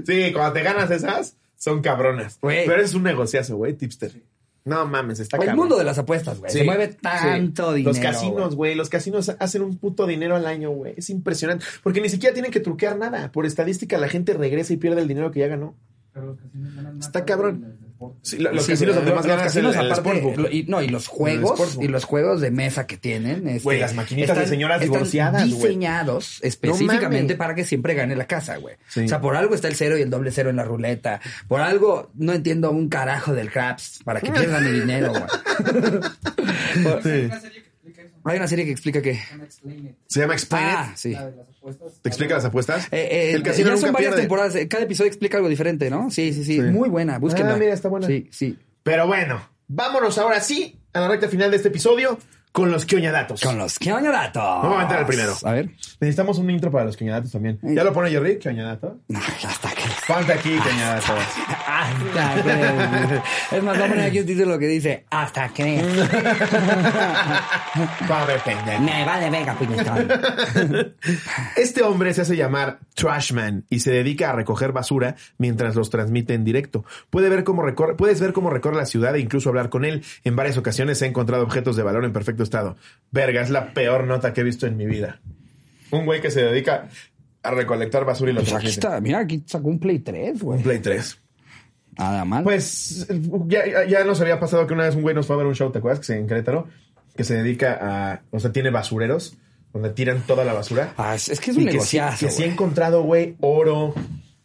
Sí, cuando te ganas esas, son cabronas. Güey. Pero es un negociazo, güey, tipster. No mames, está El cabrón. mundo de las apuestas, güey. Sí, Se mueve sí. tanto dinero. Los casinos, güey. Los casinos hacen un puto dinero al año, güey. Es impresionante. Porque ni siquiera tienen que truquear nada. Por estadística, la gente regresa y pierde el dinero que ya ganó. Pero los casinos ganan más. Está alto cabrón. que deporte. Sí, lo, lo Sí, que sí los pero demás ganan es el, casinos, el aparte, Sportbook. lo- y, no, y los juegos, Sportbook. y los juegos de mesa que tienen. este, Güey, las maquinitas de señoras están divorciadas, güey. diseñados específicamente mames. para que siempre gane la casa, güey. Sí. O sea, por algo está el cero y el doble cero en la ruleta. Por algo no entiendo un carajo del craps para que pierda mi dinero, güey. <laughs> Sí. Hay una serie que explica eso. Hay una serie que explica que... Se llama Explain It. Se llama Explain It. Ah, sí. La de las apuestas. ¿Te explica las apuestas? Eh, eh, el casino ya nunca son varias pierde. temporadas. eh, Cada episodio explica algo diferente, ¿no? Sí, sí, sí. Sí. Muy buena. Búsquenla. Ah, mira, está buena. Sí, sí. Pero bueno, vámonos ahora sí a la recta final de este episodio con los datos. Con los ¿Qué datos. Vamos a entrar al primero. A ver. <laughs> Necesitamos un intro para los datos también. ¿Ya lo pone Jerry? datos? No, hasta que... Falta aquí datos. Hasta que. Es más, vamos a aquí un título que dice Hasta que. Padre pendejo. Me vale venga, puñetón. Este hombre se hace llamar Trashman y se dedica a recoger basura mientras los transmite en directo. Puede ver cómo recorre- puedes ver cómo recorre la ciudad e incluso hablar con él. En varias ocasiones he encontrado objetos de valor en perfecto estado. Verga, es la peor nota que he visto en mi vida. Un güey que se dedica a recolectar basura y los Pues aquí transmite. está, mira, aquí sacó un Play 3, güey. Play 3. Nada mal. Pues ya, ya- ya nos había pasado que una vez un güey nos fue a ver un show, ¿te acuerdas? Que se en Querétaro, que se dedica a, o sea, tiene basureros donde tiran toda la basura. Ah, es, es que es Y un que sí, negociazo. que sí he güey. encontrado, güey, oro,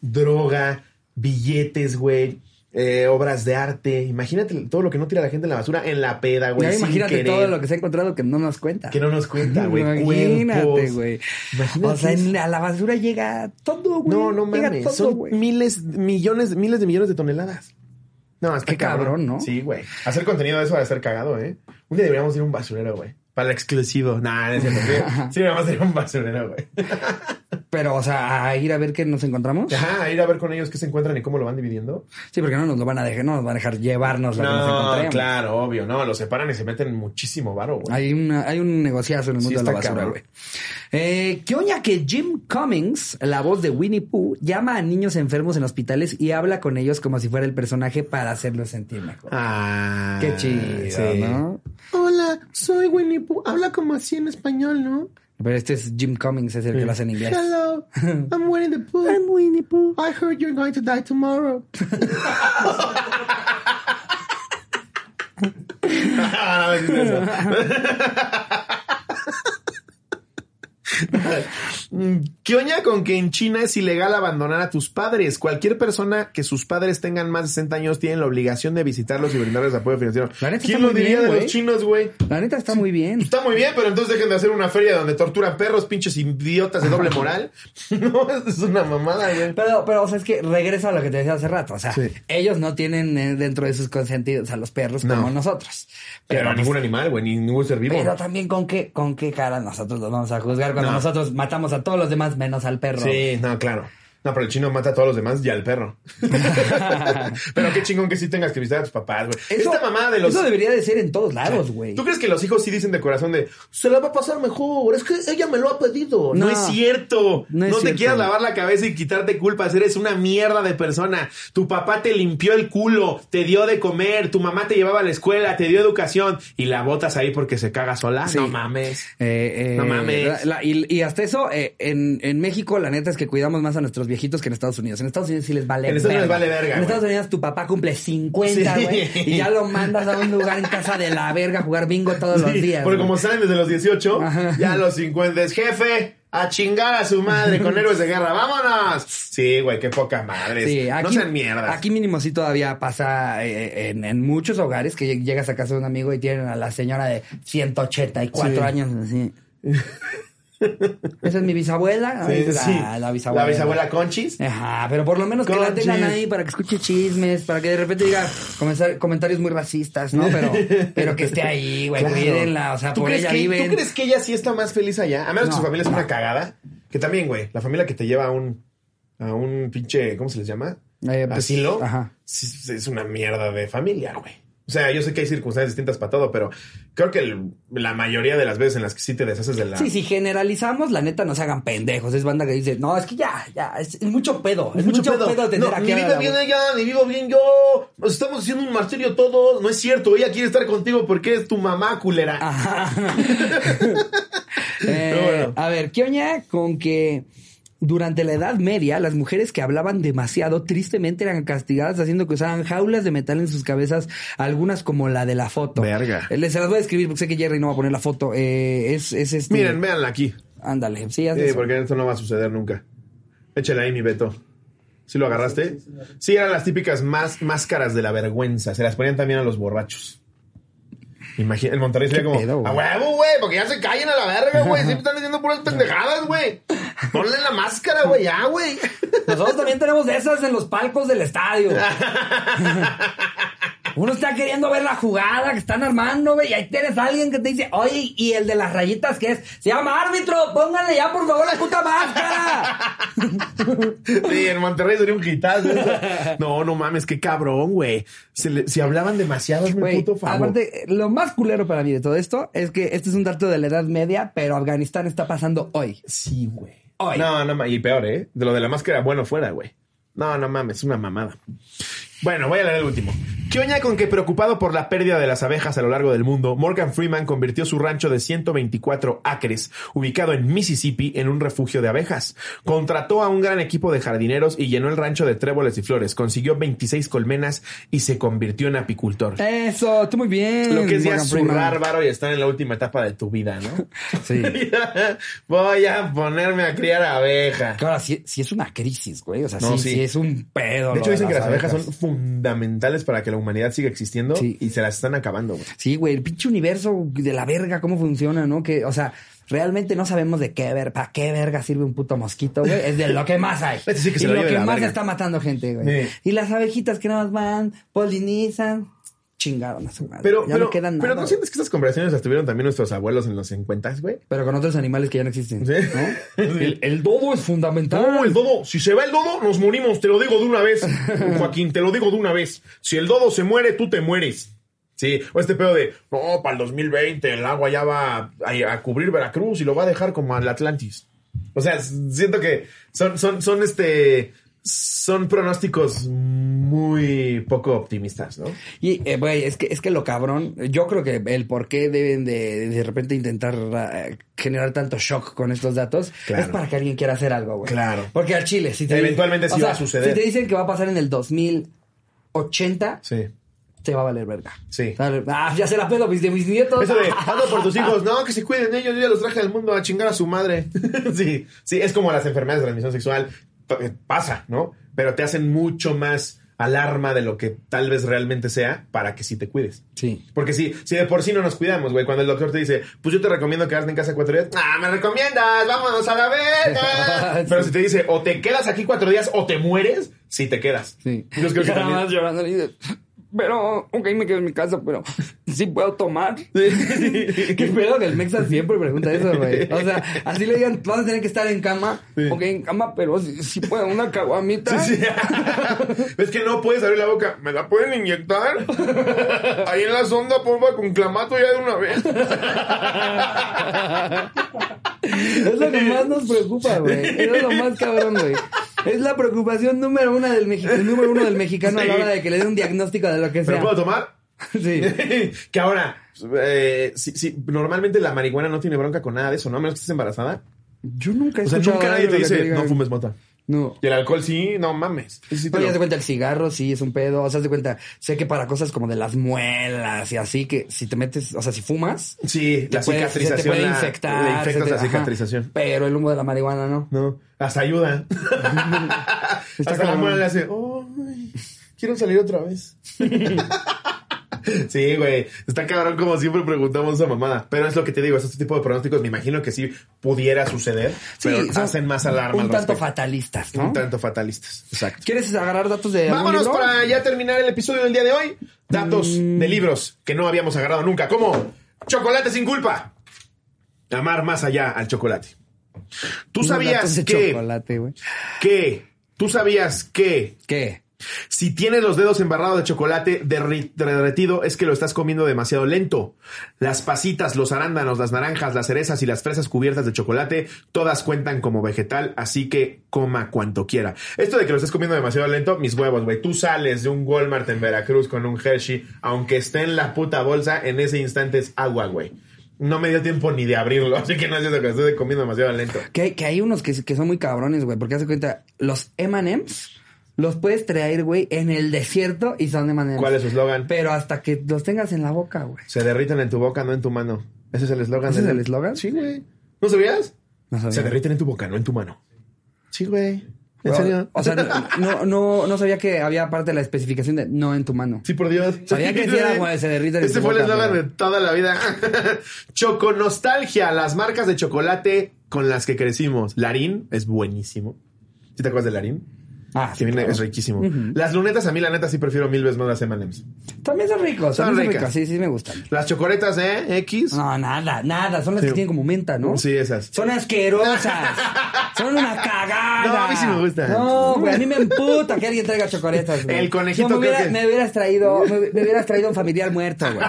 droga, billetes, güey, eh, obras de arte. Imagínate todo lo que no tira la gente en la basura, en la peda, güey. Ya sin imagínate querer, todo lo que se ha encontrado que no nos cuenta. que no nos cuenta, güey. <laughs> Imagínate, cuerpos. güey. Imagínate O sea, eso. en- a la basura llega todo, güey. No, no Llega mames. todo, Son güey. miles, millones, miles de millones de toneladas. No, es que Qué cabrón, ¿no? Sí, güey. Hacer contenido de eso va a ser cagado, ¿eh? Un día deberíamos ir a un basurero, güey. Para el exclusivo. Nah, no es cierto. Sí, sí deberíamos ir a un basurero, güey. Pero, o sea, a ir a ver qué nos encontramos. Ajá, ir a ver con ellos qué se encuentran y cómo lo van dividiendo. Sí, porque no nos lo van a dejar, no nos van a dejar llevarnos lo Pues que nos encontremos. claro, obvio. No, lo separan y se meten muchísimo varo, güey. Hay, una, hay un negociazo en el Pues. Sí, mundo de la está basura, cabrón. güey. Eh, ¿Qué oña que Jim Cummings, la voz de Winnie Pooh, llama a niños enfermos en hospitales y habla con ellos como si fuera el personaje para hacerlos sentir mejor? Ah, Qué chido, sí. ¿no? Hola, soy Winnie Pooh. Habla como así en español, ¿no? Pero este es Jim Cummings, es el que lo hace en inglés. Hello, I'm Winnie the Pooh. I'm Winnie Pooh. I heard you're going to die tomorrow. <laughs> ¿Qué oña con que en China es ilegal abandonar a tus padres? Cualquier persona que sus padres tengan más de 60 años tiene la obligación de visitarlos y brindarles apoyo financiero. La neta ¿Quién está lo muy diría bien, de los güey. chinos, güey? La neta está muy bien. Está muy bien, pero entonces dejen de hacer una feria donde torturan perros, pinches idiotas de doble moral. <laughs> No, es una mamada, güey. Pero, pero, o sea, es que regresa a lo que te decía hace rato. O sea, Sí. ellos no tienen eh, dentro de sus consentidos a los perros No. como nosotros. Pero, pues, ningún animal, güey, ni ningún ser vivo. Pero también con qué, con qué cara nosotros los vamos a juzgar cuando No. nosotros matamos a todos los demás menos al perro. Sí, no, claro. No, pero el chino mata a todos los demás y al <laughs> perro. pero qué chingón que sí tengas que visitar a tus papás, güey. Esta mamada de los... Eso debería de ser en todos lados, güey. ¿Tú crees que los hijos sí dicen de corazón de se la va a pasar mejor? Es que ella me lo ha pedido. No, No. es cierto. No No, es te cierto. quieras lavar la cabeza y quitarte culpas. Eres una mierda de persona. Tu papá te limpió el culo, te dio de comer, tu mamá te llevaba a la escuela, te dio educación y la botas ahí porque se caga sola. Sí. No mames. Eh, eh, No mames. la- la- y, y hasta eso, eh, en, en México, la neta es que cuidamos más a nuestros viejitos que en Estados Unidos. En Estados Unidos sí les vale En Estados Unidos vale verga, En güey. Estados Unidos tu papá cumple 50, Sí. güey. Y ya lo mandas a un lugar en casa de la verga a jugar bingo todos los Sí, días. porque güey. como salen desde los 18, Ajá. ya a los 50 es jefe. A chingar a su madre con héroes de guerra, vámonos. Sí, güey, qué poca madre. Sí, no aquí, sean mierdas. aquí mínimo sí todavía pasa eh, en, en muchos hogares que lleg- llegas a casa de un amigo y tienen a la señora de 184 Sí. años. <laughs> así. Esa es mi bisabuela. Sí, Ay, la- sí. La, bisabuela. Eh, La bisabuela Conchis. Ajá, pero por lo menos que la Conchis. tengan ahí para que escuche chismes, para que de repente diga comenzar- comentarios muy racistas, ¿no? Pero, pero que esté ahí, güey, <laughs> Claro. cuídenla, o sea, ¿Tú por crees ella que, viven. ¿Tú crees que ella sí está más feliz allá? A menos que No, su familia es no. una cagada. Que también, güey, la familia que te lleva a un, a un pinche, ¿cómo se les llama? Eh, pues, Asilo. ajá. Sí, sí, Es una mierda de familia, güey. O sea, yo sé que hay circunstancias distintas para todo, pero creo que el- la mayoría de las veces en las que sí te deshaces de la... Sí, si generalizamos, la neta no se hagan pendejos. Es banda que dice, no, es que ya, ya, es, es mucho pedo. Es, mucho, pedo, tener No, aquí ni a vive la- bien ella, ni vivo bien yo. Nos estamos haciendo un martirio todos. No es cierto. Ella quiere estar contigo porque eres tu mamá culera. <laughs> Ah, Ajá. <laughs> Pero Eh, bueno. A ver, ¿qué oña con que Durante la Edad Media, las mujeres que hablaban demasiado tristemente eran castigadas haciendo que usaran jaulas de metal en sus cabezas, algunas como la de la foto. Verga. Eh, Les se las voy a escribir porque sé que Jerry no va a poner la foto. Eh, es, es este. Miren, véanla aquí. Ándale, sí, haz Sí, eso. porque esto no va a suceder nunca. Échale ahí, mi Beto. ¿Sí lo agarraste? Sí, eran las típicas más máscaras de la vergüenza. Se las ponían también a los borrachos. Imagina, el Monterrey sería como, pedo, güey? a huevo, güey, porque ya se callen a la verga, <laughs> güey. Siempre están diciendo puras pendejadas, güey. Ponle la máscara, güey, ya, güey. Nosotros también tenemos de esas en los palcos del <laughs> estadio. Uno está queriendo ver la jugada que están armando, güey, y ahí tienes a alguien que te dice, oye, y el de las rayitas, ¿qué es? Se llama árbitro, pónganle ya, por favor, la puta <laughs> máscara. Sí, en Monterrey sería un hitazo. eso. No, no mames, qué cabrón, güey. Se le- Si hablaban demasiado, es mi Güey, puto favor. aparte, lo más culero para mí de todo esto es que este es un dato de la Edad Media, pero Afganistán está pasando hoy. Sí, güey. Hoy. No, no, ma- y peor, ¿eh? De lo de la máscara, bueno, fuera, güey. No, no mames, es una mamada. Bueno, voy a leer el último. ¿Qué oña con que preocupado por la pérdida de las abejas a lo largo del mundo, Morgan Freeman convirtió su rancho de 124 acres, ubicado en Mississippi, en un refugio de abejas? Contrató a un gran equipo de jardineros y llenó el rancho de tréboles y flores, consiguió 26 colmenas y se convirtió en apicultor. Eso, tú muy bien. Lo que es ya Morgan Freeman. zurrar varo y estar en la última etapa de tu vida, ¿no? Sí. <laughs> Voy a ponerme a criar abejas. Que ahora sí, sí es una crisis, güey. O sea, No, sí, sí. sí es un pedo. De lo hecho, dicen que las abejas, abejas. son fundamentales para que la humanidad siga existiendo Sí. y se las están acabando. güey. Sí, güey, el pinche universo de la verga, cómo funciona, ¿no? Que, o sea, realmente no sabemos de qué ver, para qué verga sirve un puto mosquito, güey. Es de lo que más hay. <laughs> Este sí que se y lo lo, lleve que la más verga. está matando gente, güey. Sí. Y las abejitas que nada más van, polinizan, chingaron a su madre. Pero, ya pero, no quedan pero nada, ¿no güey. sientes que estas conversaciones las tuvieron también nuestros abuelos en los 50, güey? Pero con otros animales que ya no existen. <laughs> Sí. ¿no? El, el dodo es fundamental. No, el dodo. Si se va el dodo, nos morimos. Te lo digo de una vez. Joaquín, te lo digo de una vez. Si el dodo se muere, tú te mueres. Sí, o este pedo de, no, para el 2020 el agua ya va a, a cubrir Veracruz y lo va a dejar como al Atlantis. O sea, s- siento que son, son, son este, son pronósticos muy poco optimistas, ¿no? Y, eh, güey, es que, es que lo cabrón, yo creo que el por qué deben de de repente intentar eh, generar tanto shock con estos datos Claro. es para que alguien quiera hacer algo, güey. Claro. Porque al Chile, si te Eventualmente dicen- sí o va sea, a suceder. Si te dicen que va a pasar en el 2080, Sí. te va a valer verga. Sí. Ah, ya se la pedo, mis, de mis nietos. <laughs> Eso de, ando por tus hijos, no, que se cuiden ellos, yo ya los traje al mundo a chingar a su madre. <laughs> sí, sí, es como las enfermedades de transmisión sexual, P- pasa, ¿no? Pero te hacen mucho más alarma de lo que tal vez realmente sea para que sí te cuides. Sí. Porque si, si de por sí no nos cuidamos, güey, cuando el doctor te dice, pues yo te recomiendo quedarte en casa cuatro días, ah, me recomiendas, vámonos a la verga. Pero si te dice, o te quedas aquí cuatro días o te mueres, sí te quedas. Sí. Yo creo que Nada también- más llorando le dices, pero, ok, me quedo en mi casa, pero sí puedo <laughs> tomar. <laughs> Qué pedo que el Mexa siempre pregunta eso, güey. O sea, así le digan, vas a tener que estar en cama. Ok, en cama, pero sí, sí puedo, una caguamita. Sí, sí. ¿Ves que no puedes abrir la boca? ¿Me la pueden inyectar? Ahí en la sonda, porfa, con clamato ya de una vez. Es lo que más nos preocupa, güey. Es lo más cabrón, güey. Es la preocupación número uno del, mexi- número uno del mexicano a la Sí. hora de que le dé un diagnóstico de lo que ¿Pero sea. puedo tomar? <laughs> Sí. que ahora, eh, sí, sí, normalmente la marihuana no tiene bronca con nada de eso, ¿no? A menos que estés embarazada. Yo nunca he O sea, escuchado nunca a nadie te alguien que dice, diga- no fumes mota. No. Y el alcohol sí, no mames. Eso sí te Oye, lo- haz de cuenta, el cigarro sí es un pedo. O sea, haz de cuenta, sé que para cosas como de las muelas y así, que si te metes, o sea, si fumas, Sí, la te puede- cicatrización. se te puede la- infectar. le se infectas te- la ajá. cicatrización. pero el humo de la marihuana no. No, hasta ayuda. Está hasta la cabrón. muela le hace, "Ay, quiero salir otra vez. <laughs> sí, güey. Está cabrón como siempre preguntamos esa mamada. Pero es lo que te digo, este tipo de pronósticos me imagino que sí pudiera suceder, Sí, pero son hacen más alarma. Un al tanto respecto. fatalistas, ¿no? Un tanto fatalistas. Exacto. ¿Quieres agarrar datos de algún Vámonos libro? para ya terminar el episodio del día de hoy. Datos Mm. de libros que no habíamos agarrado nunca, como Chocolate sin culpa. Amar más allá al chocolate. ¿Tú Unos sabías datos de que chocolate, güey. que tú sabías que ¿Qué? si tienes los dedos embarrados de chocolate derri- derretido es que lo estás comiendo demasiado lento. Las pasitas, los arándanos, las naranjas, las cerezas y las fresas cubiertas de chocolate, todas cuentan como vegetal, así que coma cuanto quiera. Esto de que lo estás comiendo demasiado lento, mis huevos, güey. Tú sales de un Walmart en Veracruz con un Hershey, aunque esté en la puta bolsa, en ese instante es agua, güey. no me dio tiempo ni de abrirlo, <laughs> así que no es eso que estoy comiendo demasiado lento. Que, que hay unos que, que son muy cabrones, güey, porque hace cuenta, los M&M's los puedes traer, güey, en el desierto y son M&M's. ¿Cuál es su eslogan? Pero hasta que los tengas en la boca, güey. Se derriten en tu boca, no en tu mano. Ese es el eslogan. ¿Ese es del- el eslogan? Sí, güey. ¿No sabías? No sabía. Se derriten en tu boca, no en tu mano. Sí, güey. ¿En Pero, serio? O sea, no, no, no sabía que había parte de la especificación de no en tu mano. Sí, por Dios. Sabía que sí era, güey, se derriten en Este tu fue el boca, eslogan de pero- toda la vida. <laughs> Choco Nostalgia, las marcas de chocolate con las que crecimos. Larín es buenísimo. ¿Sí te acuerdas de Larín? Ah, Que viene, es riquísimo. Las lunetas, a mí, la neta, sí prefiero mil veces más las M&M's. También son ricos, Son también son ricas. ricos. Sí, sí me gustan. Las chocoletas, ¿eh? X. No, nada, nada. Son las Sí. que tienen como menta, ¿no? Sí, esas. Son <laughs> asquerosas. Son una cagada. No, a mí sí me gustan. No, güey, a mí me emputa que alguien traiga chocoletas, güey. El conejito No, me, creo hubiera- que- me hubieras traído, <laughs> me, me hubieras traído un familiar muerto, güey.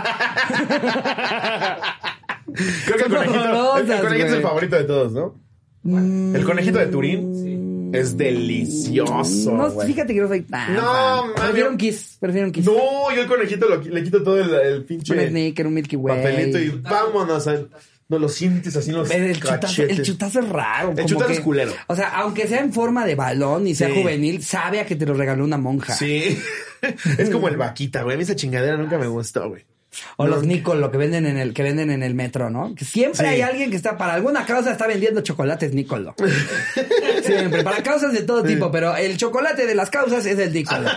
Creo que el Son conejito, el horrorosas, conejito es el güey. Mm. favorito de todos, ¿no? El conejito de Turín es delicioso. No, güey. fíjate que no soy tan. No, fan. man, Prefiero yo- un kiss, prefiero un kiss. No, yo el conejito lo qui- le quito todo el, el Un pinche sneaker, un Milky Way. papelito y vámonos. a- no lo sientes así en los Pero el chutazo, cachetes. el chutazo es raro. como chutazo que- es culero. O sea, aunque sea en forma de balón y sea Sí. juvenil, sabe a que te lo regaló una monja. Sí. <laughs> es como el vaquita, güey. A mí esa chingadera nunca me gustó, güey. O los Nicol, lo que venden en el, que venden en el metro, ¿no? Que siempre Sí. hay alguien que está, para alguna causa está vendiendo chocolates <laughs> Nicolo. siempre, para causas de todo tipo, pero el chocolate de las causas es el <laughs> Nicolo.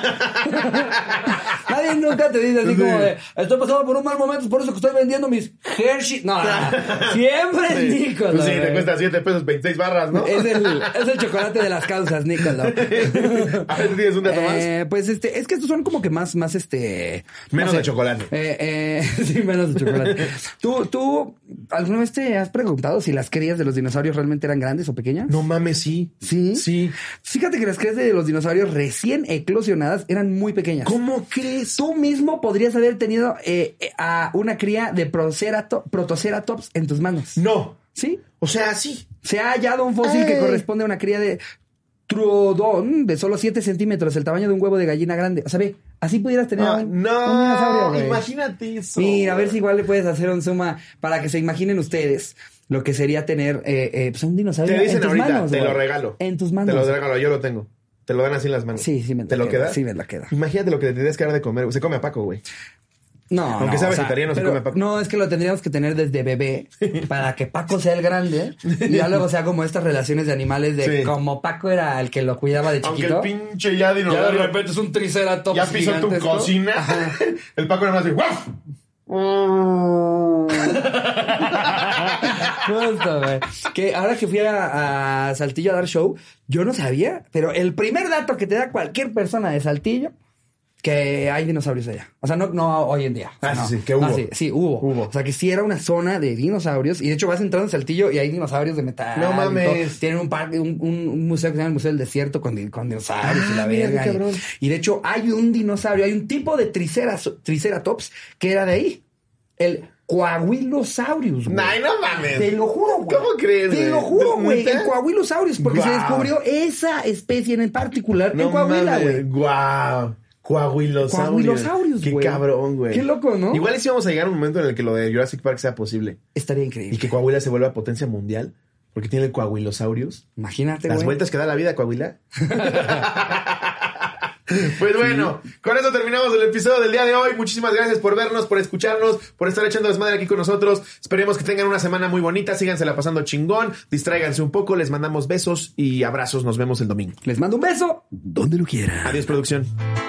Nadie nunca te dice así como de, estoy pasando por un mal momento, es por eso que estoy vendiendo mis Hershey. No, no, <laughs> no. siempre es Sí. Nicolo. Pues sí, te güey. cuesta 7 pesos 26 barras, <laughs> ¿no? Es el, es el chocolate de las causas, Nicolo. <laughs> <laughs> A ver, ¿tienes un dato más? Eh, pues este, es que estos son como que más, más este. Menos no sé. de chocolate. Eh, eh, <laughs> sí, menos de chocolate. ¿Tú, tú, alguna vez te has preguntado si las crías de los dinosaurios realmente eran grandes o pequeñas? No mames, sí. Sí. Sí. Fíjate que las crías de los dinosaurios recién eclosionadas eran muy pequeñas. ¿Cómo crees? Tú mismo podrías haber tenido eh, eh, a una cría de procerato- protoceratops en tus manos. No. ¿Sí? O sea, sí. Se ha hallado un fósil que ¡Ey! corresponde a una cría de Troodon de solo 7 centímetros, el tamaño de un huevo de gallina grande. O sea, ve, así pudieras tener Ah, un, un dinosaurio, no. güey. imagínate eso. Mira, a ver güey. si igual le puedes hacer un suma para que se imaginen ustedes lo que sería tener eh, eh, pues un dinosaurio Te en dicen tus ahorita, manos. te güey. lo regalo. En tus manos. Te lo regalo, yo lo tengo. Te lo dan así en las manos. Sí, sí me la ¿Te lo quedo, quedas? sí me la quedo. Imagínate lo que le tendrías que dar de comer. güey. Se come a Paco, güey. No, Aunque no, sea vegetariano, se pero- come Paco. No, es que lo tendríamos que tener desde <laughs> bebé para que Paco sea el grande y ya luego sea como estas relaciones de animales de Sí. como Paco era el que lo cuidaba de Aunque chiquito. el pinche ya Ya de dinosaurio repente es un triceratops. ya pisó tu gigantesco. cocina. Ajá. <laughs> El Paco nada más dice, ¡guaf! <laughs> Justo, güey. Que ahora que fui a, a Saltillo a dar show, yo no sabía, pero el primer dato que te da cualquier persona de Saltillo, que hay dinosaurios allá. O sea, no, no hoy en día. O sea, Ah, sí, no. sí, que No, hubo. sí, sí, hubo. Hubo. O sea, que sí era una zona de dinosaurios. Y de hecho vas entrando en Saltillo y hay dinosaurios de metal. No y todo. mames. Tienen un, parque, un, un- un museo que se llama el Museo del Desierto con, di- con dinosaurios y la Ah, mira qué verga. y- cabrón. y de hecho, hay un dinosaurio, hay un tipo de triceras- triceratops que era de ahí. El Coahuilosaurus, güey. Ay, no mames. Te lo juro, güey. ¿Cómo crees, Te güey? lo juro, güey. ¿Neta? El Coahuilosaurus, porque se Guau. descubrió esa especie en particular No en Coahuila, mames. güey. Guau. Coahuilosaurios. Coahuilosaurios, Qué güey. cabrón, güey. Qué loco, ¿no? Igual y si vamos a llegar a un momento en el que lo de Jurassic Park sea posible. Estaría Y increíble. que Coahuila se vuelva potencia mundial. Porque tiene el Coahuilosaurios. Imagínate, Las güey. vueltas que da la vida, Coahuila. Pues bueno, con eso terminamos el episodio del día de hoy. Muchísimas gracias por vernos, por escucharnos, por estar echando desmadre aquí con nosotros. Esperemos que tengan una semana muy bonita, sígansela pasando chingón, distráiganse un poco, les mandamos besos y abrazos. Nos vemos el domingo. Les mando un beso donde lo quieran. Adiós, producción.